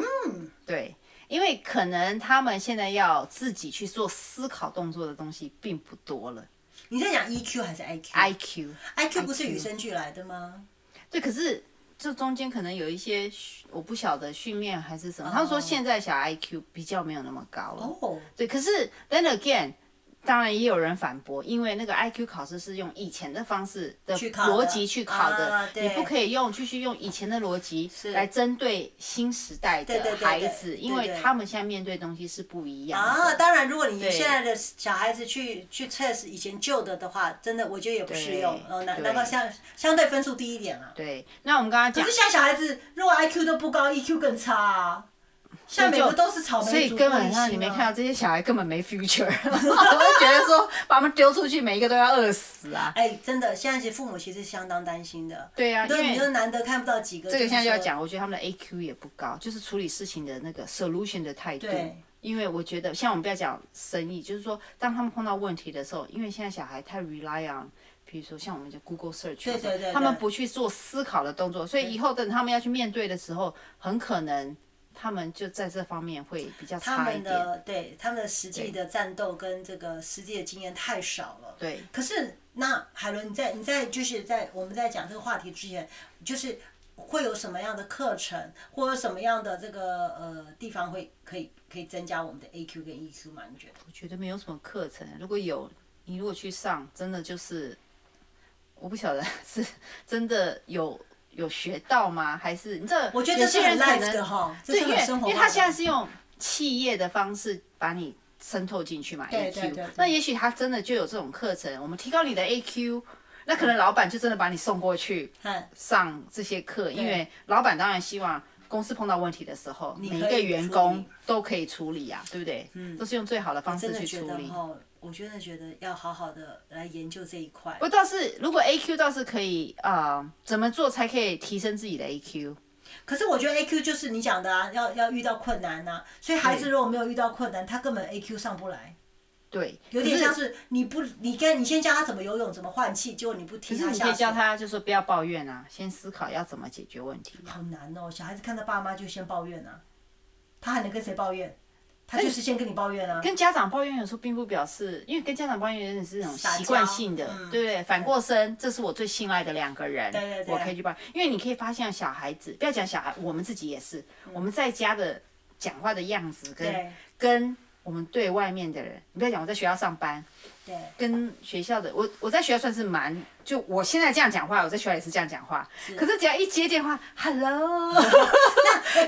Speaker 1: 对，因为可能他们现在要自己去做思考动作的东西并不多了。
Speaker 2: 你在讲 EQ 还是 IQ？IQ
Speaker 1: IQ，
Speaker 2: 不是与生俱来的吗？
Speaker 1: 对，可是这中间可能有一些训我不晓得训练还是什么，他们说现在小孩 IQ 比较没有那么高了。
Speaker 2: 哦，
Speaker 1: 对，可是 then again，当然也有人反驳，因为那个 IQ 考试是用以前的方式的
Speaker 2: 去考的
Speaker 1: 逻辑去考的，
Speaker 2: 啊对
Speaker 1: 你不可以用继续用以前的逻辑来针对新时代
Speaker 2: 对对
Speaker 1: 的
Speaker 2: 对
Speaker 1: 孩
Speaker 2: 对
Speaker 1: 子，
Speaker 2: 对
Speaker 1: 因为
Speaker 2: 对
Speaker 1: 他们现在面对的东西是不一样的。
Speaker 2: 啊，当然，如果你
Speaker 1: 对
Speaker 2: 现在的小孩子去去 test 以前旧的的话，真的我觉得也不适用。
Speaker 1: 对
Speaker 2: 哦，难
Speaker 1: 对
Speaker 2: 难怪相相对分数低一点啊。
Speaker 1: 对，那我们刚刚
Speaker 2: 可
Speaker 1: 讲
Speaker 2: 是，现在小孩子如果 IQ 都不高，EQ 更差啊。现在每个都是草
Speaker 1: 所
Speaker 2: 莓
Speaker 1: 以
Speaker 2: 族，
Speaker 1: 根本上你没看到。这些小孩根本没 future，我就觉得说把他们丢出去，每一个都要饿死啊。
Speaker 2: 哎，真的，现在其实父母其实相当担心的。
Speaker 1: 对啊，因
Speaker 2: 对，你
Speaker 1: 为
Speaker 2: 就难得看不到几个。
Speaker 1: 这个
Speaker 2: 就是
Speaker 1: 现在就要
Speaker 2: 说。
Speaker 1: 讲，我觉得他们的 AQ 也不高，就是处理事情的那个 solution 的态度
Speaker 2: 对。
Speaker 1: 因为我觉得，像我们不要讲生意，就是说，当他们碰到问题的时候，因为现在小孩太 rely on，比如说像我们就 Google search，
Speaker 2: 对对对对
Speaker 1: 他们不去做思考的动作，所以以后等他们要去面对的时候，很可能他们就在这方面会比较
Speaker 2: 他
Speaker 1: 差一
Speaker 2: 们
Speaker 1: 点。
Speaker 2: 的对他们的实际的战斗跟这个实际的经验太少了。
Speaker 1: 对，
Speaker 2: 可是那海伦，你在你在就是在我们在讲这个话题之前，就是会有什么样的课程，或者什么样的这个呃地方会可以可以增加我们的 AQ 跟 EQ 吗？你觉得？
Speaker 1: 我觉得没有什么课程，如果有，你如果去上，真的就是，我不晓得 是真的有有学到吗？还是你知道，
Speaker 2: 我觉得
Speaker 1: 有
Speaker 2: 这
Speaker 1: 些
Speaker 2: 是
Speaker 1: 人
Speaker 2: 很
Speaker 1: 可
Speaker 2: life
Speaker 1: 能
Speaker 2: 的哈，这
Speaker 1: 对，
Speaker 2: 是
Speaker 1: 因
Speaker 2: 很
Speaker 1: 为
Speaker 2: 生活
Speaker 1: 因
Speaker 2: 化的。
Speaker 1: 为他现在是用企业的方式把你渗透进去嘛
Speaker 2: 对对对
Speaker 1: ，AQ
Speaker 2: 对。
Speaker 1: 那也许他真的就有这种课程，我们提高你的 AQ，那可能老板就真的把你送过去
Speaker 2: 嗯
Speaker 1: 上这些课，因为老板当然希望。公司碰到问题的时候，每
Speaker 2: 可以
Speaker 1: 一个员
Speaker 2: 处
Speaker 1: 工
Speaker 2: 理
Speaker 1: 都可以处理啊，对不对？嗯，都是用最好的方
Speaker 2: 真
Speaker 1: 式
Speaker 2: 的
Speaker 1: 去
Speaker 2: 觉
Speaker 1: 处
Speaker 2: 得
Speaker 1: 理。
Speaker 2: 哈，我真的觉得要好好的来研究这一块。
Speaker 1: 我倒是，如果 AQ 倒是可以啊、呃怎么做才可以提升自己的 AQ？
Speaker 2: 可是我觉得 A Q 就是你讲的啊，要要遇到困难呐、所以孩子如果没有遇到困难，他根本 A Q 上不来，
Speaker 1: 对，
Speaker 2: 有点
Speaker 1: 可是
Speaker 2: 像是你不你跟你先教他怎么游泳，怎么换气，结果你不
Speaker 1: 可
Speaker 2: 踢
Speaker 1: 是
Speaker 2: 他
Speaker 1: 你可
Speaker 2: 下
Speaker 1: 以教
Speaker 2: 水。
Speaker 1: 他，就说不要抱怨啊，先思考要怎么解决问题。啊
Speaker 2: 好难哦，小孩子看到爸妈就先抱怨啊，他还能跟谁抱怨？啊
Speaker 1: 哎
Speaker 2: 他就是先跟你抱怨啊。
Speaker 1: 跟家长抱怨有时候并不表示，因为跟家长抱怨有点是那种
Speaker 2: 撒娇
Speaker 1: 习惯性的，
Speaker 2: 嗯
Speaker 1: 对不对？反过身，这是我最信赖的两个人，
Speaker 2: 对对对
Speaker 1: 我可以去抱怨，因为你可以发现小孩子，不要讲小孩，我们自己也是，我们在家的讲话的样子跟
Speaker 2: 嗯对
Speaker 1: 跟我们对外面的人，你不要讲我在学校上班，
Speaker 2: 对，
Speaker 1: 跟学校的我，我在学校算是蛮，就我现在这样讲话，我在学校也是这样讲话，可是只要一接电话，Hello，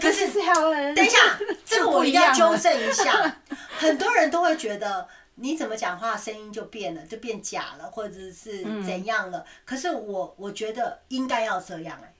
Speaker 1: 可是是 Helen，
Speaker 2: 等一下，这个我一定要
Speaker 1: 不一样啊
Speaker 2: 纠
Speaker 1: 了
Speaker 2: 正一下。很多人都会觉得你怎么讲话声音就变了，就变假了，或者是怎样
Speaker 1: 嗯
Speaker 2: 了。可是我我觉得应该要这样哎、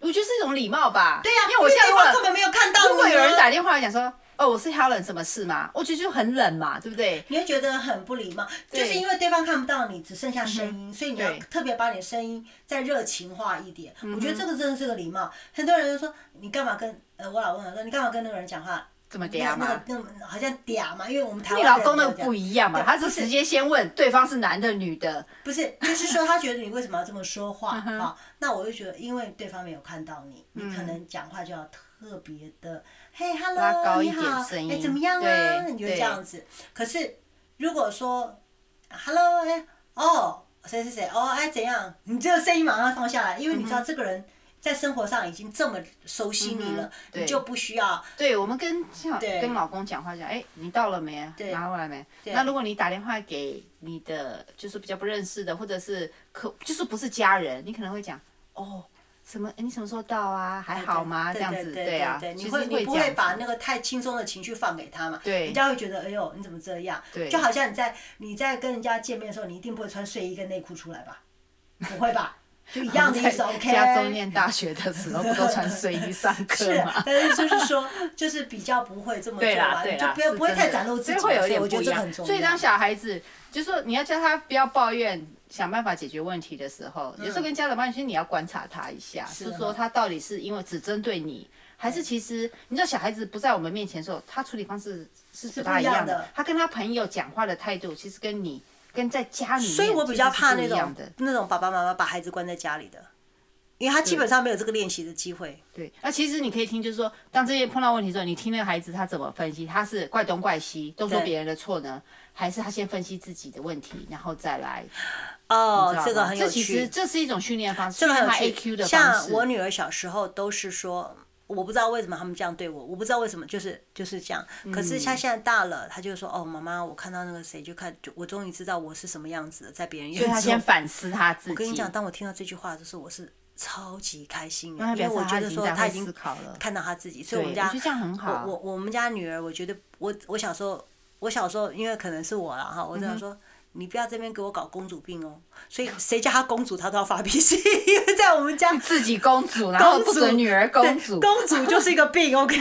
Speaker 1: 我觉得是一种礼貌吧，
Speaker 2: 对呀、
Speaker 1: 因为我现在
Speaker 2: 对
Speaker 1: 如果
Speaker 2: 方根本没有看到你啊。
Speaker 1: 如果有人打电话来讲 说，哦，我是 Helen，什么事吗？我觉得就很冷嘛，对不对？
Speaker 2: 你会觉得很不礼貌，
Speaker 1: 对嗯
Speaker 2: 就是因为对方看不到你，只剩下声音，所以你要
Speaker 1: 对嗯
Speaker 2: 特别把你的声音再热情化一点。我觉得这个真的是个礼貌。很多人就说你干嘛跟呃，我老公讲说你干嘛跟那个人讲话，
Speaker 1: 这么嗲
Speaker 2: 那那
Speaker 1: 嘛
Speaker 2: 个。那个好像嗲嘛，因为我们台湾
Speaker 1: 你
Speaker 2: 人
Speaker 1: 老公那个
Speaker 2: 都这样
Speaker 1: 不一样嘛，
Speaker 2: 对
Speaker 1: 他
Speaker 2: 不
Speaker 1: 是
Speaker 2: 是
Speaker 1: 直接先问对方是男的女的，
Speaker 2: 不是， 就是说他觉得你为什么要这么说话
Speaker 1: 嗯
Speaker 2: 啊、那我就觉得，因为对方没有看到你，你可能讲话就要特别的，嘿
Speaker 1: 嗯拉
Speaker 2: ，hello，
Speaker 1: 高
Speaker 2: 你
Speaker 1: 一点
Speaker 2: 好，
Speaker 1: 声音
Speaker 2: 哎，怎么样啊？
Speaker 1: 对
Speaker 2: 你就
Speaker 1: 对
Speaker 2: 这样子。可是如果说，hello，哎，哦，谁谁谁，哦，哎，怎样？你这个声音马上放下来，因为
Speaker 1: 嗯
Speaker 2: 你知道这个人在生活上已经这么熟悉你了，
Speaker 1: 嗯对
Speaker 2: 你就不需要
Speaker 1: 对我们跟像
Speaker 2: 对
Speaker 1: 跟老公讲话讲，哎，你到了没啊？
Speaker 2: 对
Speaker 1: 拿过来没？
Speaker 2: 对
Speaker 1: 那如果你打电话给你的就是比较不认识的，或者是可就是不是家人，你可能会讲，哦，什么？哎你什么时候到啊？还好吗？这
Speaker 2: 对
Speaker 1: 样
Speaker 2: 对
Speaker 1: 子，
Speaker 2: 对
Speaker 1: 啊，
Speaker 2: 对，你
Speaker 1: 其实
Speaker 2: 会你不
Speaker 1: 这样
Speaker 2: 会
Speaker 1: 子
Speaker 2: 把那个太轻松的情绪放给他嘛？
Speaker 1: 对
Speaker 2: 人家会觉得哎呦你怎么这样？
Speaker 1: 对
Speaker 2: 就好像你在你在跟人家见面的时候，你一定不会穿睡衣跟内裤出来 吧？不会吧？就一样的意思
Speaker 1: 在
Speaker 2: ，OK？
Speaker 1: 加州念大学的时候不都穿睡衣上课
Speaker 2: 是
Speaker 1: 吗？，
Speaker 2: 但是就是说，就是比较不会这么做
Speaker 1: 对啦
Speaker 2: 吧，，
Speaker 1: 对
Speaker 2: 啊你就
Speaker 1: 啦，
Speaker 2: 不要
Speaker 1: 是
Speaker 2: 不会
Speaker 1: 真
Speaker 2: 太
Speaker 1: 的
Speaker 2: 展露自己
Speaker 1: 所
Speaker 2: 嘛，
Speaker 1: 以会有一点
Speaker 2: 我觉
Speaker 1: 不
Speaker 2: 得
Speaker 1: 一
Speaker 2: 这个
Speaker 1: 样
Speaker 2: 很。重要。
Speaker 1: 所以当小孩子就说你要教他不要抱怨，想办法解决问题的时候，有时候跟家长抱怨，其实你要观察他一下，
Speaker 2: 嗯是
Speaker 1: 是
Speaker 2: 哈
Speaker 1: 说他到底是因为只针对你。还是其实，你知道小孩子不在我们面前的时候，他处理方式是
Speaker 2: 是
Speaker 1: 不
Speaker 2: 不
Speaker 1: 大
Speaker 2: 一
Speaker 1: 一
Speaker 2: 样
Speaker 1: 样
Speaker 2: 的
Speaker 1: 的。他跟他朋友讲话的态度，其实跟你跟在家里面，
Speaker 2: 所以我比较怕那
Speaker 1: 一样
Speaker 2: 种
Speaker 1: 的。
Speaker 2: 那种爸爸妈妈把孩子关在家里的，因为他基本上没有这个练习的机会。
Speaker 1: 对，那其实你可以听，就是说，当这些碰到问题的时候，你听那个孩子他怎么分析，他是怪东怪西，都说
Speaker 2: 对
Speaker 1: 别人的错呢，还是他先分析自己的问题，然后再来
Speaker 2: 哦
Speaker 1: 知道，
Speaker 2: 这个
Speaker 1: 吗
Speaker 2: 很有
Speaker 1: 这其实
Speaker 2: 趣。
Speaker 1: 这是一种训练方式，
Speaker 2: 这个很
Speaker 1: 他
Speaker 2: 有
Speaker 1: AQ
Speaker 2: 趣。
Speaker 1: 的方
Speaker 2: 像
Speaker 1: 式。
Speaker 2: 我女儿小时候都是说，我不知道为什么他们这样对我，我不知道为什么，就是就是这样。
Speaker 1: 嗯
Speaker 2: 可是她现在大了，她就说：“哦，妈妈，我看到那个谁，就看，就我终于知道我是什么样子的，在别人眼
Speaker 1: 所以他先
Speaker 2: 中。
Speaker 1: 反思他自己。”
Speaker 2: 我跟你讲，，当我听到这句话的时候，我是超级开心的，
Speaker 1: 那
Speaker 2: 因为
Speaker 1: 表示
Speaker 2: 我觉
Speaker 1: 他
Speaker 2: 得
Speaker 1: 已经
Speaker 2: 说
Speaker 1: 在
Speaker 2: 她
Speaker 1: 会
Speaker 2: 已经
Speaker 1: 思考了。
Speaker 2: 看到她自己，所
Speaker 1: 对，
Speaker 2: 以
Speaker 1: 我
Speaker 2: 们
Speaker 1: 觉
Speaker 2: 家
Speaker 1: 得这样很好。
Speaker 2: 我我我们家女儿，我觉得我我小时候，我小时候因为可能是我了哈，我就
Speaker 1: 嗯
Speaker 2: 想说。你不要这边给我搞公主病哦！所以谁叫她公主，她都要发脾气。因为在我们家，
Speaker 1: 自己公主，然后不准女儿公主。嗯
Speaker 2: 公主就是一个 病，OK。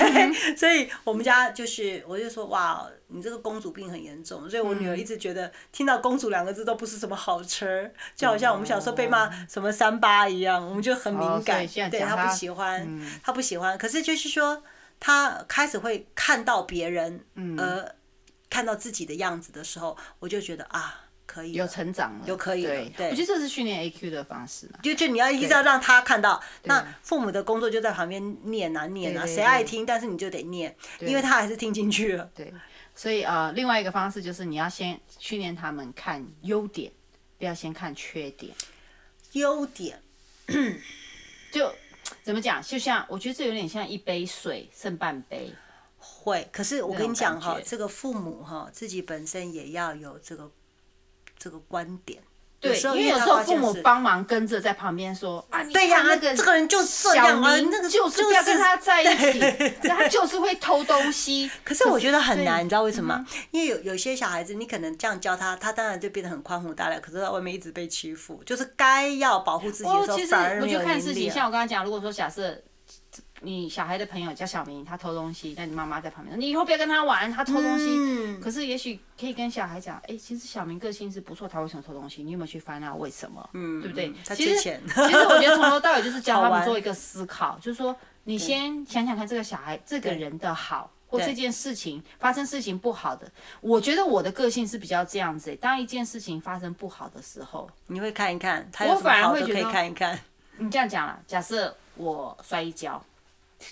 Speaker 2: 所以我们家就是，我就说哇，你这个公主病很严重。所以我女儿一直觉得听到“公主”两个字都不是什么好词
Speaker 1: 嗯
Speaker 2: 儿，就好像我们小时候被骂什么三八一样，我们就很敏
Speaker 1: 哦所
Speaker 2: 感
Speaker 1: 以现，在
Speaker 2: 对
Speaker 1: 讲
Speaker 2: 她
Speaker 1: 她嗯
Speaker 2: 不喜欢，她不喜欢。可是就是说，她开始会看到别人，
Speaker 1: 嗯
Speaker 2: 而看到自己的样子的时候，我就觉得啊，可以了
Speaker 1: 有成长了，
Speaker 2: 有可以了
Speaker 1: 对，
Speaker 2: 对
Speaker 1: 我觉得这是训练 AQ 的方式嘛。
Speaker 2: 就就你要一直要让他看到，那父母的工作就在旁边念啊念啊，
Speaker 1: 对对
Speaker 2: 谁爱听，但是你就得念，因为他还是听进去了。
Speaker 1: 对，所以呃，另外一个方式就是你要先训练他们看优点，不要先看缺点。
Speaker 2: 优点，
Speaker 1: 就怎么讲？就像我觉得这有点像一杯水剩半杯。
Speaker 2: 会，可是我跟你讲
Speaker 1: 那种
Speaker 2: 哈
Speaker 1: 感，觉
Speaker 2: 这个父母哈自己本身也要有这个这个观点。
Speaker 1: 对，
Speaker 2: 时候
Speaker 1: 因为
Speaker 2: 因
Speaker 1: 有
Speaker 2: 为他
Speaker 1: 时候
Speaker 2: 发现
Speaker 1: 父母
Speaker 2: 是
Speaker 1: 帮忙跟着在旁边说啊，你
Speaker 2: 对呀、
Speaker 1: 看那个
Speaker 2: 这个人就这
Speaker 1: 小
Speaker 2: 样啊，
Speaker 1: 明
Speaker 2: 那个
Speaker 1: 就是不要跟他在一起，那他就是会偷东 西。
Speaker 2: 可是我觉得很
Speaker 1: 对嗯
Speaker 2: 难，你知道为什么吗？因为有有些小孩子，你可能这样教他，他当然就变得很宽宏大量，可是在外面一直被欺负，就是该要保护自己的
Speaker 1: 哦
Speaker 2: 时候，
Speaker 1: 其实
Speaker 2: 反而
Speaker 1: 我
Speaker 2: 没
Speaker 1: 就
Speaker 2: 有
Speaker 1: 看
Speaker 2: 能
Speaker 1: 事
Speaker 2: 力
Speaker 1: 情，
Speaker 2: 啊
Speaker 1: 像我刚刚讲，如果说假设你小孩的朋友叫小明，他偷东西，那你妈妈在旁边说，你以后不要跟他玩，他偷东西。
Speaker 2: 嗯
Speaker 1: 可是也许可以跟小孩讲，哎、其实小明个性是不错，他为什么偷东西？你有没有去翻啊？为什么？嗯，对不对？
Speaker 2: 他
Speaker 1: 其
Speaker 2: 缺
Speaker 1: 实
Speaker 2: 钱
Speaker 1: 其实我觉得从头到尾就是教他
Speaker 2: 好
Speaker 1: 们
Speaker 2: 玩
Speaker 1: 做一个思考，就是说你先想想看这个小孩这个人的好。或这件事情发生事情不好的，我觉得我的个性是比较这样子、当一件事情发生不好的时候，
Speaker 2: 你会看一看，他有什么
Speaker 1: 反而
Speaker 2: 好
Speaker 1: 会
Speaker 2: 都
Speaker 1: 觉
Speaker 2: 可以
Speaker 1: 得
Speaker 2: 看一看。
Speaker 1: 你这样讲啦，假设我摔一跤，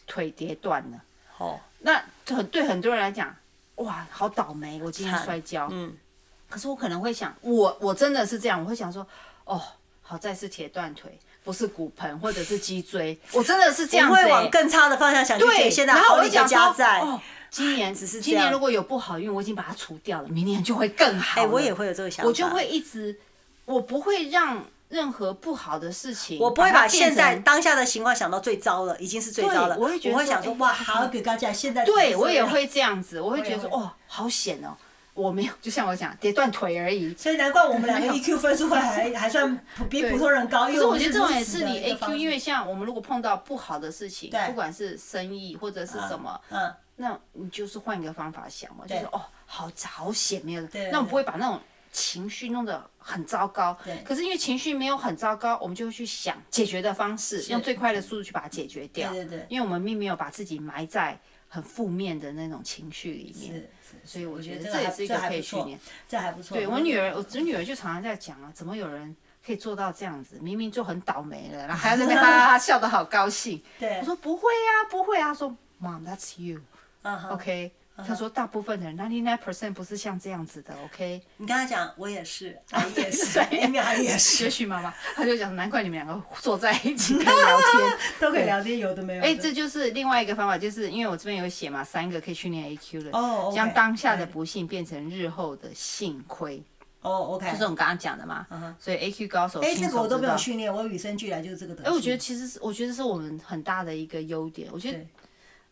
Speaker 1: 腿跌断了，
Speaker 2: 哦，
Speaker 1: 那很对很多人来讲，哇，好倒霉，我今天
Speaker 2: 惨
Speaker 1: 摔跤。
Speaker 2: 嗯，
Speaker 1: 可是我可能会想，我我真的是这样，我会想说，哦，好在是铁断腿，不是骨盆或者是脊椎，我真的是这样
Speaker 2: 不
Speaker 1: 子、
Speaker 2: 会往
Speaker 1: 欸。
Speaker 2: 更差的方向想，就觉
Speaker 1: 对，
Speaker 2: 得现在
Speaker 1: 然后
Speaker 2: 好
Speaker 1: 我就
Speaker 2: 你的
Speaker 1: 想
Speaker 2: 家
Speaker 1: 说，
Speaker 2: 在。
Speaker 1: 哦，今年
Speaker 2: 只是这
Speaker 1: 今
Speaker 2: 样
Speaker 1: 年如果有不好运，我已经把它除掉了，明年就会更好
Speaker 2: 哎、
Speaker 1: 了。
Speaker 2: 我也会有这个想法，
Speaker 1: 我就会一直，我不会让任何不好的事情，
Speaker 2: 我不会把
Speaker 1: 它变
Speaker 2: 现在
Speaker 1: 成
Speaker 2: 当下的情况想到最糟了，已经是最糟了。
Speaker 1: 对我会觉得
Speaker 2: 我会
Speaker 1: 说
Speaker 2: 想说，
Speaker 1: 哎
Speaker 2: 哇，好给大家现在只是
Speaker 1: 对
Speaker 2: 这
Speaker 1: 我也
Speaker 2: 样。
Speaker 1: 会这样子，我会觉得说，
Speaker 2: 我也
Speaker 1: 哦，好险哦，我没有，就像我讲，跌断腿而已。
Speaker 2: 所以难怪我们两个 EQ 分数还还还算普比普通人高，因
Speaker 1: 可
Speaker 2: 为
Speaker 1: 是
Speaker 2: 我
Speaker 1: 我
Speaker 2: 们
Speaker 1: 觉得这
Speaker 2: 哎如
Speaker 1: 种也
Speaker 2: 此
Speaker 1: 是
Speaker 2: 的
Speaker 1: 你
Speaker 2: 一个方
Speaker 1: AQ，
Speaker 2: 式
Speaker 1: 因为像我们如果碰到不好的事情
Speaker 2: 对，
Speaker 1: 不管是生意或者是什么，
Speaker 2: 嗯，
Speaker 1: 那你就是换一个方法想嘛，就
Speaker 2: 对
Speaker 1: 是哦，好好险没有
Speaker 2: 对，
Speaker 1: 那我们
Speaker 2: 对
Speaker 1: 不会把那种情绪弄得很糟糕
Speaker 2: 对。
Speaker 1: 可是因为情绪没有很糟糕，我们就会去想解决的方式，用最快的速度去把它解决掉。
Speaker 2: 对对对
Speaker 1: 因为我们并没有把自己埋在很负面的那种情绪里面，所以我
Speaker 2: 我
Speaker 1: 觉得
Speaker 2: 觉得
Speaker 1: 这也
Speaker 2: 还
Speaker 1: 是一
Speaker 2: 这
Speaker 1: 个
Speaker 2: 还
Speaker 1: 可以
Speaker 2: 不
Speaker 1: 训
Speaker 2: 错
Speaker 1: 练。
Speaker 2: 这还不错。
Speaker 1: 对我女儿，我我女儿就常常在讲啊，怎么有人可以做到这样子？明明就很倒霉了，然后还要在那边哈哈哈笑得好高兴。
Speaker 2: 对
Speaker 1: 我，说不会啊，不会啊。她说 Mom, that's you.
Speaker 2: 嗯哼
Speaker 1: OK. 她说大部分的人 ninety nine percent 不是像这样子的。OK.
Speaker 2: 你刚才讲我也是，阿姨也是，
Speaker 1: 对
Speaker 2: 因为阿姨也是
Speaker 1: 也，许妈妈，她就讲难怪你们两个坐在一 起可以聊天。
Speaker 2: 都可以聊天，有的没有的。
Speaker 1: 哎，这就是另外一个方法，就是因为我这边有写嘛，三个可以训练 AQ 的，
Speaker 2: 哦，OK，
Speaker 1: 将当下的
Speaker 2: 对
Speaker 1: 不幸变成日后的幸亏，
Speaker 2: 哦，OK，
Speaker 1: 就是我们刚刚讲的嘛。
Speaker 2: 嗯哼
Speaker 1: 所以 AQ 高手，
Speaker 2: 哎，
Speaker 1: 新
Speaker 2: 这
Speaker 1: 手
Speaker 2: 个我都
Speaker 1: 之
Speaker 2: 没有
Speaker 1: 道
Speaker 2: 训练，我与生俱来就是这个德
Speaker 1: 哎、
Speaker 2: 性。
Speaker 1: 我觉得其实是，我觉得是我们很大的一个优点。我觉得
Speaker 2: 对，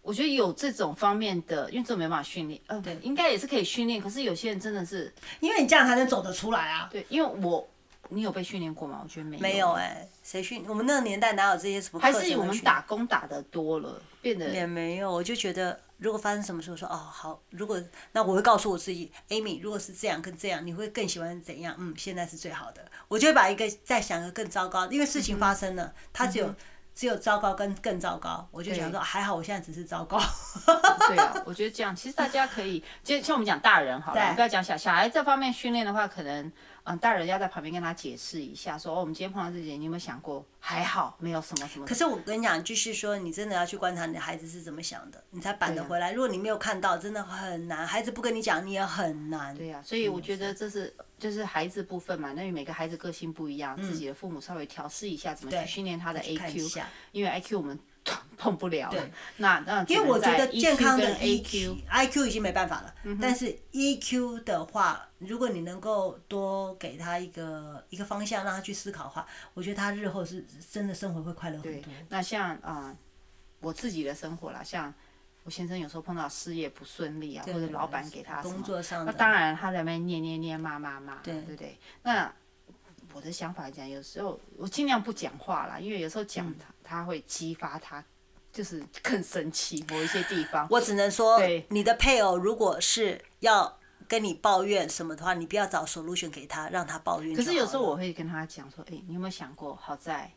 Speaker 1: 我觉得有这种方面的，因为这种没办法训练，呃，应该也是可以训练。可是有些人真的是，
Speaker 2: 因为你这样才能走得出来啊。
Speaker 1: 对，因为我，你有被训练过吗？我觉得没有，
Speaker 2: 没有，哎，谁训？我们那个年代哪有这些什么课
Speaker 1: 还
Speaker 2: 程会训
Speaker 1: 是
Speaker 2: 练？
Speaker 1: 我们打工打的多了，变得
Speaker 2: 也没有，我就觉得如果发生什么事，我说哦好，如果那我会告诉我自己，Amy，如果是这样跟这样，你会更喜欢怎样？嗯，现在是最好的。我就会把一个再想个更糟糕的，因为事
Speaker 1: 嗯
Speaker 2: 情发生了，它只有、只有糟糕跟更糟糕，我就想说还好我现在只是糟糕。
Speaker 1: 对啊，我觉得这样，其实大家可以，就像我们讲大人好了，
Speaker 2: 对
Speaker 1: 我们不要讲小小孩这方面训练的话，可能嗯，大人要在旁边跟他解释一下，说哦，我们今天碰到这些，你有没有想过？还好，没有什么什么。
Speaker 2: 可是我跟你讲，就是说你真的要去观察你的孩子是怎么想的，你才扳
Speaker 1: 啊
Speaker 2: 得回来。如果你没有看到，真的很难，孩子不跟你讲，你也很难。
Speaker 1: 对呀、
Speaker 2: 嗯
Speaker 1: 所以我觉得这是就是孩子部分嘛，那因为每个孩子个性不一样，
Speaker 2: 嗯
Speaker 1: 自己的父母稍微调试一下，怎么去训练他的
Speaker 2: 看一
Speaker 1: AQ，
Speaker 2: 下，
Speaker 1: 因为 IQ 我们 碰不了
Speaker 2: 对。
Speaker 1: 那那因
Speaker 2: 因为我觉得健康
Speaker 1: E
Speaker 2: 的 E
Speaker 1: AQ
Speaker 2: EQ 已经没办法了，
Speaker 1: 嗯
Speaker 2: 但是 EQ 的话，如果你能够多给他一个一个方向，让他去思考的话，我觉得他日后是真的生活会快乐很
Speaker 1: 对
Speaker 2: 多。，
Speaker 1: 那像啊、呃我自己的生活啦，像我先生有时候碰到事业不顺利啊，或者老板给他什
Speaker 2: 工
Speaker 1: 么，
Speaker 2: 作上
Speaker 1: 那
Speaker 2: 的，
Speaker 1: 当然他在那边念念念骂骂骂，
Speaker 2: 对
Speaker 1: 对不对？那我的想法讲，有时候我尽量不讲话啦，因为有时候讲他、他会激发他，就是更生气某一些地方。
Speaker 2: 我只能说
Speaker 1: 对，
Speaker 2: 你的配偶如果是要跟你抱怨什么的话，你不要找 solution 给他，让他抱怨就
Speaker 1: 可
Speaker 2: 好了。
Speaker 1: 是有时候我会跟他讲说，哎、你有没有想过，好在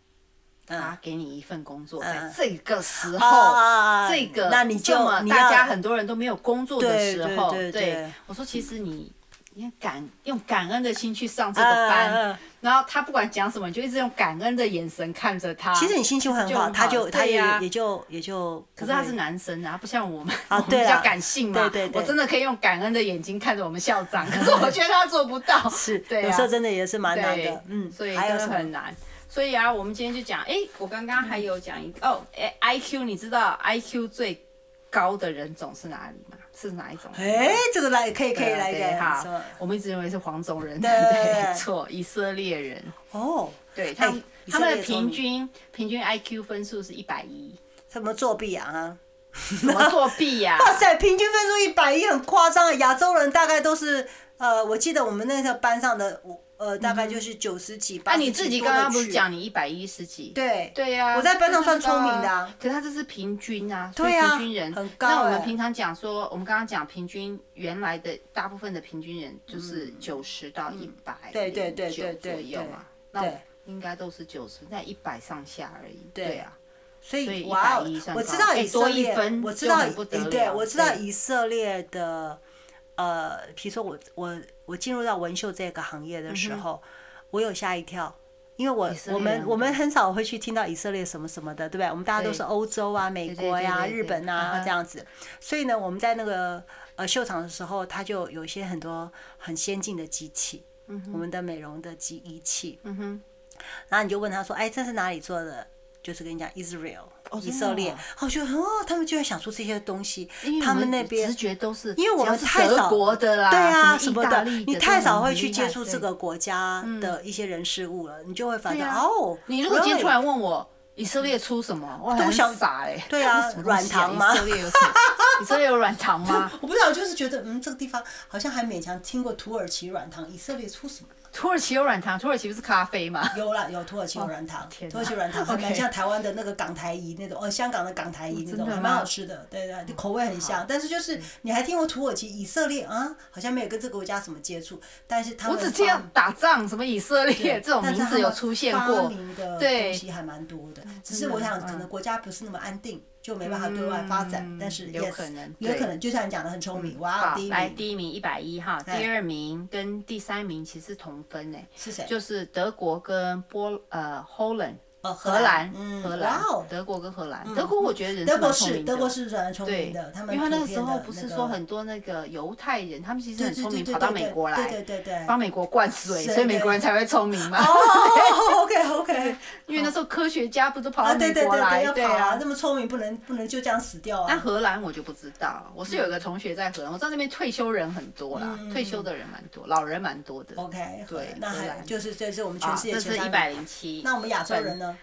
Speaker 1: 他给你一份工作，在这个时候。
Speaker 2: 啊
Speaker 1: 这个
Speaker 2: 那你
Speaker 1: 这
Speaker 2: 就
Speaker 1: 么
Speaker 2: 你
Speaker 1: 大家
Speaker 2: 要
Speaker 1: 很多人都没有工作的
Speaker 2: 对
Speaker 1: 时
Speaker 2: 对
Speaker 1: 候，
Speaker 2: 对对
Speaker 1: 我说其实你。你要感用感恩的心去上这
Speaker 2: 啊
Speaker 1: 个
Speaker 2: 啊
Speaker 1: 班，
Speaker 2: 啊
Speaker 1: 然后他不管讲什么，你就一直用感恩的眼神看着他。
Speaker 2: 其实你心情很
Speaker 1: 就
Speaker 2: 好，
Speaker 1: 很
Speaker 2: 他
Speaker 1: 好
Speaker 2: 就他
Speaker 1: 对
Speaker 2: 也
Speaker 1: 呀
Speaker 2: 也就也就
Speaker 1: 可
Speaker 2: 不会。
Speaker 1: 是他是男生啊，他不像 我们，
Speaker 2: 啊
Speaker 1: 我们
Speaker 2: 对
Speaker 1: 比较
Speaker 2: 啦
Speaker 1: 感性嘛。
Speaker 2: 对对对
Speaker 1: 我真的可以用感恩的眼睛看着我们校长，可是我觉得他做不到。
Speaker 2: 是，
Speaker 1: 对、啊，
Speaker 2: 有时候真的也是蛮难
Speaker 1: 对
Speaker 2: 的，嗯，
Speaker 1: 所以
Speaker 2: 还有
Speaker 1: 真
Speaker 2: 什
Speaker 1: 的
Speaker 2: 么？
Speaker 1: 很难。所以啊，我们今天就讲，哎、我刚刚还有讲一个哦，哎、i q 你知道 IQ 最高的人种是哪里吗？是哪一种？
Speaker 2: 哎，这个来可以可以
Speaker 1: 对啊
Speaker 2: 来一
Speaker 1: 对
Speaker 2: 个
Speaker 1: 好
Speaker 2: 什么？
Speaker 1: 我们一直认为是黄种人，
Speaker 2: 对
Speaker 1: 没错，以色列人，
Speaker 2: 哦，
Speaker 1: 对他们、
Speaker 2: 以色
Speaker 1: 他
Speaker 2: 列
Speaker 1: 们的
Speaker 2: 聪
Speaker 1: 平
Speaker 2: 明
Speaker 1: 均平均 IQ 分数是一百 一，
Speaker 2: 什么作弊啊？
Speaker 1: 怎么作弊呀、
Speaker 2: 哇塞，平均分数一百一很夸张啊！亚洲人大概都是呃，我记得我们那个班上的我呃，大概就是九十几、八
Speaker 1: 嗯那
Speaker 2: 十
Speaker 1: 啊你自己
Speaker 2: 多的
Speaker 1: 刚刚不是
Speaker 2: 去
Speaker 1: 讲你一百一十几？
Speaker 2: 对
Speaker 1: 对呀、
Speaker 2: 我在班上算聪明的啊
Speaker 1: 啊。可他这是平均啊，所
Speaker 2: 对
Speaker 1: 以
Speaker 2: 啊
Speaker 1: 平均人
Speaker 2: 很高
Speaker 1: 那我们
Speaker 2: 欸
Speaker 1: 平常讲说，我们刚刚讲平均原来的大部分的平均人就是九十到一百、
Speaker 2: 嗯对对对
Speaker 1: 左
Speaker 2: 对对
Speaker 1: 右嘛，
Speaker 2: 对
Speaker 1: 那
Speaker 2: 对
Speaker 1: 应该都是九十在一百上下而已。
Speaker 2: 对
Speaker 1: 对啊，
Speaker 2: 所
Speaker 1: 所以
Speaker 2: 以哇哦
Speaker 1: 110算，
Speaker 2: 我
Speaker 1: 高
Speaker 2: 知道
Speaker 1: 哎
Speaker 2: 以
Speaker 1: 多
Speaker 2: 色
Speaker 1: 一
Speaker 2: 列
Speaker 1: 分，
Speaker 2: 我知
Speaker 1: 就
Speaker 2: 道
Speaker 1: 很不得
Speaker 2: 以
Speaker 1: 了
Speaker 2: 对，我知道
Speaker 1: 对
Speaker 2: 以色列的呃，比如说我我我进入到纹绣这个行业的时候，我有吓一跳。因为我
Speaker 1: 嗯以色列
Speaker 2: 我
Speaker 1: 人
Speaker 2: 们我们很少会去听到以色列什么什么的，对不对？我们大家都
Speaker 1: 对
Speaker 2: 是欧洲啊、美
Speaker 1: 对对
Speaker 2: 国呀、
Speaker 1: 对对
Speaker 2: 日
Speaker 1: 对
Speaker 2: 本
Speaker 1: 啊
Speaker 2: 啊
Speaker 1: 哈
Speaker 2: 这样子。所以呢，我们在那个呃秀场的时候，它就有一些很多很先进的机器，我们的美容的机仪器。
Speaker 1: 嗯哼，
Speaker 2: 然后你就问他说：“哎，这是哪里做的？”就是跟你讲 Israel，、
Speaker 1: 哦
Speaker 2: 以色列。
Speaker 1: 真的
Speaker 2: 哦，我觉得哦，他们居然想出这些东西
Speaker 1: 因为，我
Speaker 2: 他
Speaker 1: 们
Speaker 2: 那边
Speaker 1: 直觉都是，
Speaker 2: 因为我们
Speaker 1: 只要是
Speaker 2: 太少
Speaker 1: 德国的啦，
Speaker 2: 对啊
Speaker 1: 什
Speaker 2: 什
Speaker 1: 么
Speaker 2: 么
Speaker 1: 意大
Speaker 2: 的，
Speaker 1: 利
Speaker 2: 你
Speaker 1: 的
Speaker 2: 太
Speaker 1: 都
Speaker 2: 少
Speaker 1: 很
Speaker 2: 会
Speaker 1: 厉
Speaker 2: 去接
Speaker 1: 害
Speaker 2: 触
Speaker 1: 对
Speaker 2: 这个国家的一些人事物了，你就会发
Speaker 1: 对
Speaker 2: 现
Speaker 1: 啊
Speaker 2: 哦，
Speaker 1: 你如果今天
Speaker 2: really？
Speaker 1: 突然问我以色列出什么，我很
Speaker 2: 想
Speaker 1: 傻哎、欸。
Speaker 2: 对啊
Speaker 1: 这是什么东西
Speaker 2: 软糖吗
Speaker 1: 以色列有什么？以色列有软糖 吗？
Speaker 2: 我不知道，我就是觉得嗯，这个地方好像还勉强听过土耳其软糖，以色列出什么？
Speaker 1: 土耳其有软糖，土耳其不是咖啡吗？
Speaker 2: 有啦，有土耳其有软糖，
Speaker 1: 哦天哪
Speaker 2: 土耳其软糖 还
Speaker 1: OK
Speaker 2: 蛮像台湾的那个港台姨那种，哦，香港的港台姨那
Speaker 1: 真
Speaker 2: 种，
Speaker 1: 的吗
Speaker 2: 还
Speaker 1: 嗯
Speaker 2: 蛮好吃的，对对，就口味很像。但是就是你还听过土耳其、以色列啊，好像没有跟这个国家什么接触，但是他
Speaker 1: 我
Speaker 2: 们
Speaker 1: 只记得
Speaker 2: 发
Speaker 1: 打仗什么以色列
Speaker 2: 对
Speaker 1: 这种
Speaker 2: 但是
Speaker 1: 名
Speaker 2: 他
Speaker 1: 字
Speaker 2: 们
Speaker 1: 有出现
Speaker 2: 发
Speaker 1: 过，
Speaker 2: 明的
Speaker 1: 对
Speaker 2: 东西还蛮多的，只是
Speaker 1: 真的
Speaker 2: 我想
Speaker 1: 嗯
Speaker 2: 可能国家不是那么安定，就没办法对外发展
Speaker 1: 嗯。
Speaker 2: 但是
Speaker 1: 有
Speaker 2: yes，
Speaker 1: 可能
Speaker 2: 有可
Speaker 1: 对嗯
Speaker 2: 能，就像你讲的很聪明，哇，哦
Speaker 1: 好
Speaker 2: 第一，
Speaker 1: 来
Speaker 2: 名
Speaker 1: 第一名一百一哈，
Speaker 2: 哎
Speaker 1: 第二名跟第三名其实同分呢、欸
Speaker 2: 是谁？
Speaker 1: 就是德国跟波呃 Holland
Speaker 2: 哦，荷
Speaker 1: 荷兰
Speaker 2: 嗯，
Speaker 1: 荷
Speaker 2: 哇
Speaker 1: 兰
Speaker 2: 哦，嗯
Speaker 1: 德国跟荷兰德国我觉得人
Speaker 2: 德国
Speaker 1: 蛮聪
Speaker 2: 是
Speaker 1: 明的
Speaker 2: 德国是很聪
Speaker 1: 对
Speaker 2: 明的，他，们
Speaker 1: 因为他那个
Speaker 2: 普遍
Speaker 1: 时候
Speaker 2: 的
Speaker 1: 不是说
Speaker 2: 那个
Speaker 1: 很多那个犹太人，他们其实
Speaker 2: 对
Speaker 1: 很
Speaker 2: 对
Speaker 1: 聪
Speaker 2: 对
Speaker 1: 明，
Speaker 2: 对
Speaker 1: 跑到
Speaker 2: 对
Speaker 1: 美国来，
Speaker 2: 对对对对。
Speaker 1: 帮美国灌水，
Speaker 2: 水
Speaker 1: 所以美国人才会聪明嘛。
Speaker 2: 哦，OK OK，
Speaker 1: 因为那时候科学家不都跑
Speaker 2: 啊，
Speaker 1: 到
Speaker 2: 对
Speaker 1: 美
Speaker 2: 对
Speaker 1: 国
Speaker 2: 对对，
Speaker 1: 来
Speaker 2: 要，
Speaker 1: 对
Speaker 2: 跑啊
Speaker 1: 啊，
Speaker 2: 那。么聪明不能不能就这样死掉
Speaker 1: 那
Speaker 2: 啊。
Speaker 1: 荷兰我就不知道，我是有一个
Speaker 2: 嗯
Speaker 1: 同学在荷兰，我知道那边退休人很多啦，退休的人蛮多，老人蛮多的。
Speaker 2: OK，
Speaker 1: 对
Speaker 2: 那
Speaker 1: 荷
Speaker 2: 还
Speaker 1: 兰
Speaker 2: 就是这是我们
Speaker 1: 啊
Speaker 2: 全世界
Speaker 1: 这
Speaker 2: 前
Speaker 1: 是
Speaker 2: 三
Speaker 1: 一
Speaker 2: 名
Speaker 1: 百零七。
Speaker 2: 那我们亚洲人呢？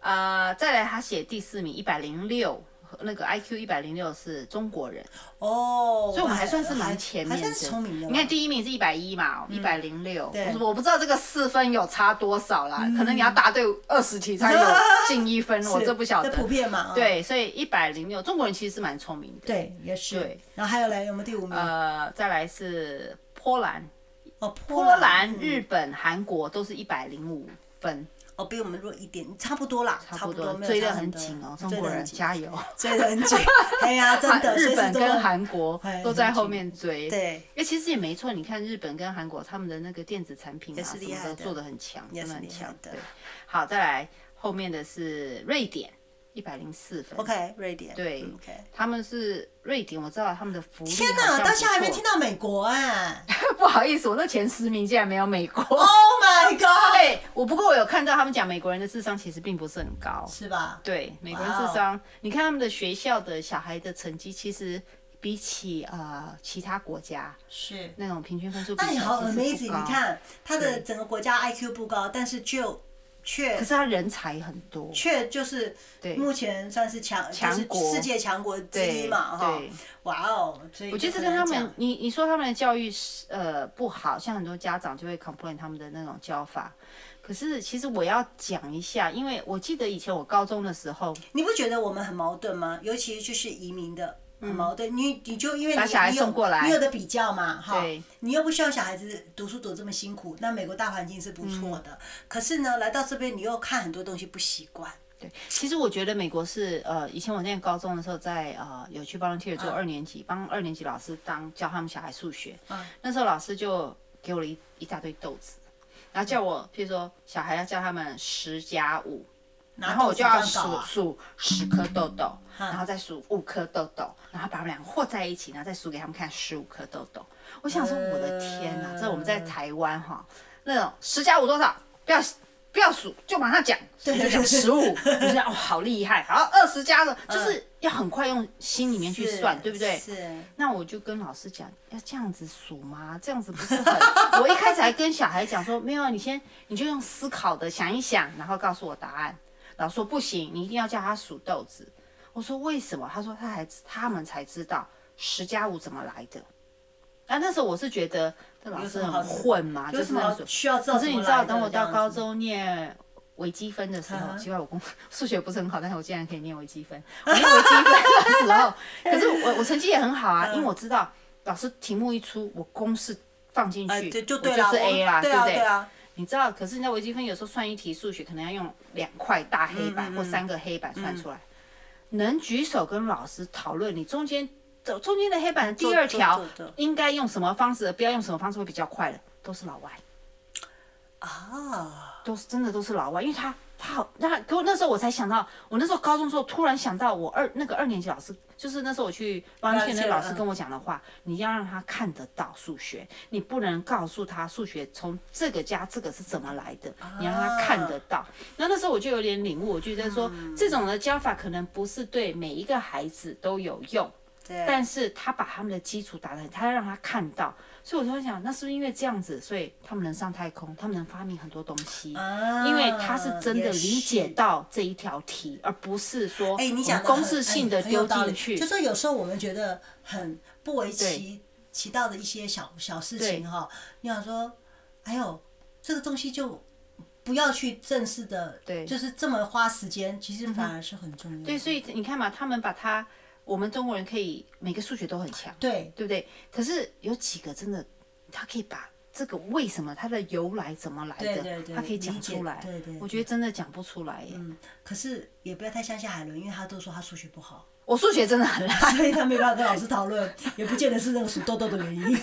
Speaker 1: 呃，再来他写第四名一百零六，那个 IQ 一百零六是中国人。
Speaker 2: 哦，
Speaker 1: 所以我们还算是蛮前面
Speaker 2: 还
Speaker 1: 的，
Speaker 2: 算是聪明的。嗯
Speaker 1: 你看，第一名是一百一嘛，一百零六，
Speaker 2: 对嗯
Speaker 1: 我不知道这个四分有差多少啦，可能你要答对二十题 才有进一分，我
Speaker 2: 是
Speaker 1: 这不晓
Speaker 2: 这普
Speaker 1: 得。
Speaker 2: 遍嘛。啊，
Speaker 1: 对，所以一百零六，中国人其实是蛮聪明的。，
Speaker 2: 对，也是。
Speaker 1: 对，
Speaker 2: 然后还有嘞，我们第五名
Speaker 1: 呃，再来是波兰、
Speaker 2: 哦，
Speaker 1: 波
Speaker 2: 波
Speaker 1: 兰、
Speaker 2: 嗯
Speaker 1: 日本、韩国都是一百零五分，
Speaker 2: 哦比我们弱一点，差不多啦，
Speaker 1: 差
Speaker 2: 差
Speaker 1: 不
Speaker 2: 多，
Speaker 1: 多
Speaker 2: 没有
Speaker 1: 追得
Speaker 2: 差
Speaker 1: 很
Speaker 2: 多
Speaker 1: 紧哦，
Speaker 2: 追
Speaker 1: 中
Speaker 2: 得
Speaker 1: 国
Speaker 2: 很
Speaker 1: 人
Speaker 2: 紧
Speaker 1: 加 油！
Speaker 2: 追得很紧。哎呀，真 的，
Speaker 1: 日
Speaker 2: 随时
Speaker 1: 本
Speaker 2: 都
Speaker 1: 跟韩国
Speaker 2: 哎
Speaker 1: 都在后面追，
Speaker 2: 对，
Speaker 1: 哎，其实也没错，你看日本跟韩国他们的那个电子产品啊，
Speaker 2: 也是
Speaker 1: 什
Speaker 2: 厉
Speaker 1: 么
Speaker 2: 害
Speaker 1: 都
Speaker 2: 的
Speaker 1: 做的很强，
Speaker 2: 也
Speaker 1: 真
Speaker 2: 是
Speaker 1: 的很
Speaker 2: 厉害
Speaker 1: 强。
Speaker 2: 的
Speaker 1: 对，好，再来后面的是瑞典，一百零四分。
Speaker 2: OK，瑞典。
Speaker 1: 对
Speaker 2: 嗯，OK。
Speaker 1: 他们是瑞典，我知道他们的福利。
Speaker 2: 天
Speaker 1: 哪，
Speaker 2: 到现在还没听。到美国哎、
Speaker 1: 不好意思，我那前十名竟然没有美国。
Speaker 2: ！Oh my god，
Speaker 1: 对，我不过我有看到他们讲美国人的智商其实并不是很高。
Speaker 2: 是吧？
Speaker 1: 对，美国人
Speaker 2: 哇哦
Speaker 1: 智商，你看他们的学校的小孩的成绩，其实比起呃其他国家
Speaker 2: 是。
Speaker 1: 那种平均分数比
Speaker 2: 那
Speaker 1: 起
Speaker 2: 你
Speaker 1: 来，
Speaker 2: 好
Speaker 1: 其
Speaker 2: amazing，
Speaker 1: 实不高。
Speaker 2: 你看他的整个国家 IQ 不高，但是就却
Speaker 1: 可是他人才很多。
Speaker 2: 却就是
Speaker 1: 对
Speaker 2: 目前算是强
Speaker 1: 强国
Speaker 2: 就是世界强国之一
Speaker 1: 对
Speaker 2: 嘛哈
Speaker 1: 对。
Speaker 2: 哇哦，所以
Speaker 1: 我觉得这
Speaker 2: 很
Speaker 1: 跟
Speaker 2: 难
Speaker 1: 他
Speaker 2: 讲
Speaker 1: 们，你你说他们的教育是呃不好，像很多家长就会 complain 他们的那种教法。可是其实我要讲一下，因为我记得以前我高中的时候，
Speaker 2: 你不觉得我们很矛盾吗？尤其就是移民的。很矛盾，你你就因为你
Speaker 1: 嗯把小孩
Speaker 2: 你有
Speaker 1: 送过来
Speaker 2: 你有的比较嘛，哈
Speaker 1: 对，
Speaker 2: 你又不需要小孩子读书读这么辛苦，那美国大环境是不错
Speaker 1: 嗯
Speaker 2: 的。可是呢，来到这边你又看很多东西不习惯，
Speaker 1: 对，其实我觉得美国是呃，以前我念高中的时候在，呃有去 volunteer 做二年级，帮二年级老师当教他们小孩数学。
Speaker 2: 嗯
Speaker 1: 那时候老师就给我了一一大堆豆子，然后叫我，譬如说小孩要教他们十加五。然
Speaker 2: 然
Speaker 1: 后我就要数
Speaker 2: 啊，嗯
Speaker 1: 数十颗豆豆，然后再数五颗豆豆，然后把它们两个和在一起，然后再数给他们看十五颗豆豆。我想说，我的天哪！这我们
Speaker 2: 嗯
Speaker 1: 在台湾哈，那种十加五多少？不要不要数，就马上讲，
Speaker 2: 对嗯
Speaker 1: 就讲十五，我就想哦，好厉害！好，二十加了，就是要很快用心里面去
Speaker 2: 是
Speaker 1: 算，对不对？
Speaker 2: 是，
Speaker 1: 那我就跟老师讲，要这样子数吗？这样子不是很…… 我一开始还跟小孩讲说，没有，啊你先你就用思考的想一想，然后告诉我答案。老师说不行，你一定要叫他数豆子。我说为什么？他说他还他们才知道十加五怎么来的。啊，那时候我是觉得这老
Speaker 2: 有
Speaker 1: 师
Speaker 2: 什么好
Speaker 1: 很混嘛，就
Speaker 2: 有
Speaker 1: 是
Speaker 2: 什
Speaker 1: 那
Speaker 2: 么
Speaker 1: 种。
Speaker 2: 需要知道
Speaker 1: 可
Speaker 2: 怎
Speaker 1: 是你
Speaker 2: 么
Speaker 1: 知
Speaker 2: 来
Speaker 1: 道，
Speaker 2: 的
Speaker 1: 等我
Speaker 2: 这样
Speaker 1: 到高
Speaker 2: 子
Speaker 1: 中念微积分的时
Speaker 2: 嗯
Speaker 1: 候，
Speaker 2: 哼
Speaker 1: 奇怪，我公 数学不是很好，但是我竟然可以念微积分。 我念微积分的时 候，可是我我成绩也很好
Speaker 2: 嗯
Speaker 1: 啊，因为我知道老师题目一出，我公式放进
Speaker 2: 哎，
Speaker 1: 去，
Speaker 2: 对，就
Speaker 1: 我
Speaker 2: 对
Speaker 1: 就
Speaker 2: 啦，
Speaker 1: 是
Speaker 2: 我
Speaker 1: A 啦，
Speaker 2: 对
Speaker 1: 不
Speaker 2: 啊，
Speaker 1: 对
Speaker 2: 对？啊，
Speaker 1: 你知道，可是人家微积分有时候算一题数学，可能要用两块大黑板
Speaker 2: 嗯嗯
Speaker 1: 或三个黑板算出来。能举手跟老师讨论，你中间走中间的黑板的第
Speaker 2: 做
Speaker 1: 二
Speaker 2: 做
Speaker 1: 条
Speaker 2: 做做
Speaker 1: 应该用什么方式，不要用什么方式会比较快的，都是老外，
Speaker 2: 啊，
Speaker 1: 都是真的都是老外，因为他他好，那可我那时候我才想到，我那时候高中时候突然想到我二那个二年级老师，就是那时候我去帮
Speaker 2: 了解
Speaker 1: 天的老师
Speaker 2: 嗯
Speaker 1: 跟我讲的话，你要让他看得到数学，你不能告诉他数学从这个加这个是怎么来的，你让
Speaker 2: 啊
Speaker 1: 他看得到。那那时候我就有点领悟，我觉得说、
Speaker 2: 嗯
Speaker 1: 这种的教法可能不是对每一个孩子都有用，
Speaker 2: 对，
Speaker 1: 但是他把他们的基础打得很，他让他看到，所以我就在想，那是不是因为这样子，所以他们能上太空，他们能发明很多东西，
Speaker 2: 啊
Speaker 1: 因为他是真的
Speaker 2: 也
Speaker 1: 理解
Speaker 2: 是
Speaker 1: 到这一条题，而不是说
Speaker 2: 哎，你
Speaker 1: 哦我们
Speaker 2: 讲得
Speaker 1: 公
Speaker 2: 很
Speaker 1: 式性的
Speaker 2: 很有
Speaker 1: 丢
Speaker 2: 道理
Speaker 1: 进去
Speaker 2: 就。说有时候我们觉得很不为其其道的一些小小事情哈，你想说，哎呦，这个东西就不要去正式的，
Speaker 1: 对
Speaker 2: 就是这么花时间，其实反而是很重要的。
Speaker 1: 对，所以你看嘛，他们把它，我们中国人可以每个数学都很强，
Speaker 2: 对
Speaker 1: 对不对？可是有几个真的，他可以把这个为什么它的由来怎么来的，
Speaker 2: 对对对
Speaker 1: 他可以
Speaker 2: 理
Speaker 1: 讲
Speaker 2: 解
Speaker 1: 出来。
Speaker 2: 对对对
Speaker 1: 我觉得真的讲不出来耶。
Speaker 2: 嗯，可是也不要太相信海伦，因为他都说他数学不好，
Speaker 1: 我数学真的很烂，
Speaker 2: 所以他没办法跟老师讨论，也不见得是那个数痘痘的原 因。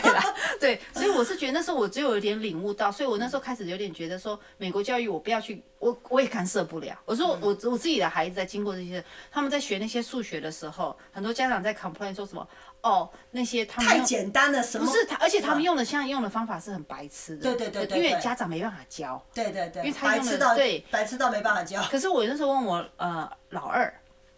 Speaker 1: 对啦， 对，所以我是觉得那时候我只有有点领悟到，所以我那时候开始有点觉得说，美国教育我不要去，我我也干涉不了。我
Speaker 2: 嗯
Speaker 1: 说我我自己的孩子在经过这些，他们在学那些数学的时候，很多家长在 complain 说什么哦，那些他们
Speaker 2: 太
Speaker 1: 用
Speaker 2: 简单了，什么
Speaker 1: 不是他，而且他们用的现在用的方法是很白痴的，
Speaker 2: 对对对对
Speaker 1: 因为
Speaker 2: 对
Speaker 1: 家长没办法教。
Speaker 2: 对对对，
Speaker 1: 因为他
Speaker 2: 白
Speaker 1: 用
Speaker 2: 痴
Speaker 1: 的
Speaker 2: 到
Speaker 1: 对
Speaker 2: 白痴到没办法教。
Speaker 1: 可是我那时候问我呃老二，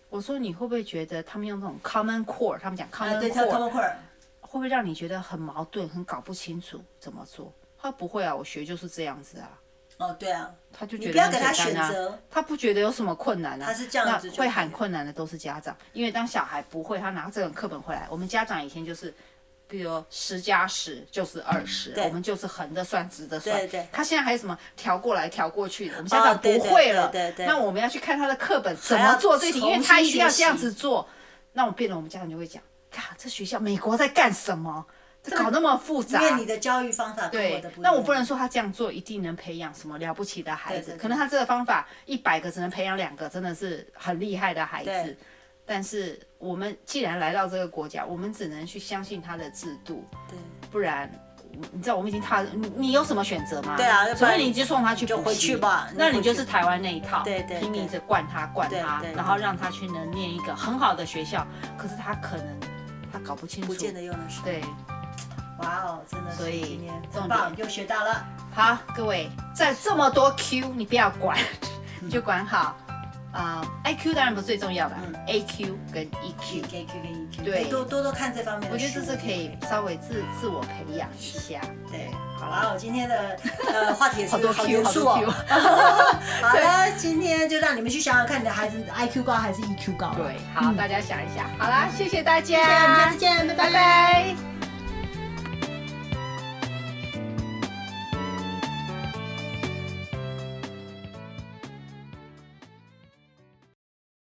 Speaker 1: 我说你会不会觉得他们用那种 common core，他们讲 common
Speaker 2: 啊，对，
Speaker 1: core，、
Speaker 2: 他他们会儿
Speaker 1: 会不会让你觉得很矛盾，很搞不清楚怎么做？他说不会啊，我学就是这样子啊，
Speaker 2: 哦，对啊，
Speaker 1: 他就
Speaker 2: 你
Speaker 1: 觉
Speaker 2: 不
Speaker 1: 得
Speaker 2: 要
Speaker 1: 很
Speaker 2: 给他
Speaker 1: 简
Speaker 2: 选
Speaker 1: 单啊。
Speaker 2: 择，
Speaker 1: 他不觉得有什么困难啊？
Speaker 2: 他是这样子
Speaker 1: 那
Speaker 2: 就
Speaker 1: 会
Speaker 2: 可
Speaker 1: 喊
Speaker 2: 以了
Speaker 1: 困难的都是家长，因为当小孩不会，他拿这本课本回来，我们家长以前就是。比如十加十就是二十、
Speaker 2: 对
Speaker 1: 我们就是横着算，直着算。
Speaker 2: 对对
Speaker 1: 他现在还有什么调过来、调过去的，我们家
Speaker 2: 哦
Speaker 1: 长
Speaker 2: 对
Speaker 1: 不
Speaker 2: 对
Speaker 1: 会
Speaker 2: 对
Speaker 1: 了。
Speaker 2: 对对
Speaker 1: 那我们要去看他的课本怎
Speaker 2: 还要
Speaker 1: 么做这题，因为
Speaker 2: 重
Speaker 1: 他
Speaker 2: 新
Speaker 1: 一定要
Speaker 2: 学
Speaker 1: 这样
Speaker 2: 习
Speaker 1: 子做。那我变了，我们家长就会讲：，看这学校美国在干什么？这搞那么复
Speaker 2: 因
Speaker 1: 杂。
Speaker 2: 为你的教育方法跟我
Speaker 1: 对
Speaker 2: 的，不一样。
Speaker 1: 那我不能说他这样做一定能培养什么了不起的孩子，
Speaker 2: 对对对
Speaker 1: 可能他这个方法一百个只能培养两个，真的是很厉害的孩子
Speaker 2: 对。
Speaker 1: 但是我们既然来到这个国家，我们只能去相信他的制度，
Speaker 2: 对
Speaker 1: 不然。我你知道我们已经踏，你你有什么选择吗？
Speaker 2: 对啊要不
Speaker 1: 除
Speaker 2: 然
Speaker 1: 非你就送他去
Speaker 2: 就
Speaker 1: 补
Speaker 2: 回
Speaker 1: 习
Speaker 2: 去吧
Speaker 1: 那
Speaker 2: 你
Speaker 1: 你
Speaker 2: 回
Speaker 1: 就是
Speaker 2: 去
Speaker 1: 台湾那一套，
Speaker 2: 对对对
Speaker 1: 拼命的灌他灌他
Speaker 2: 对，对
Speaker 1: 然后让他去能念一个很好的学校。可是他可能他搞不清楚
Speaker 2: 不，见得用得上。
Speaker 1: 对，
Speaker 2: 哇哦，真的是
Speaker 1: 所以
Speaker 2: 今天
Speaker 1: 重
Speaker 2: 很棒，
Speaker 1: 点
Speaker 2: 又学到了。
Speaker 1: 好，各位，在这么多 Q，你不要管，你就管好。啊、i q 当然不是最重要的、
Speaker 2: 嗯
Speaker 1: a q 跟 EQ，
Speaker 2: Q K Q 跟 E Q，
Speaker 1: 对
Speaker 2: 多多多看这方面的
Speaker 1: 我
Speaker 2: 书。
Speaker 1: 觉得这是可以稍微自自我培养一下。
Speaker 2: 对。
Speaker 1: 好
Speaker 2: 哇
Speaker 1: 啦，
Speaker 2: 哦，今天的呃话题也是
Speaker 1: 好多
Speaker 2: 好
Speaker 1: Q，
Speaker 2: 严
Speaker 1: 好
Speaker 2: 肃
Speaker 1: 多 Q
Speaker 2: 哦。。好了，今天就让你们去想想看，你的孩子 I Q 高还是 E Q 高。，
Speaker 1: 对，好，大家想一想。好啦，谢谢大家，
Speaker 2: 我们下次见，拜
Speaker 1: 拜
Speaker 2: 拜。
Speaker 1: 拜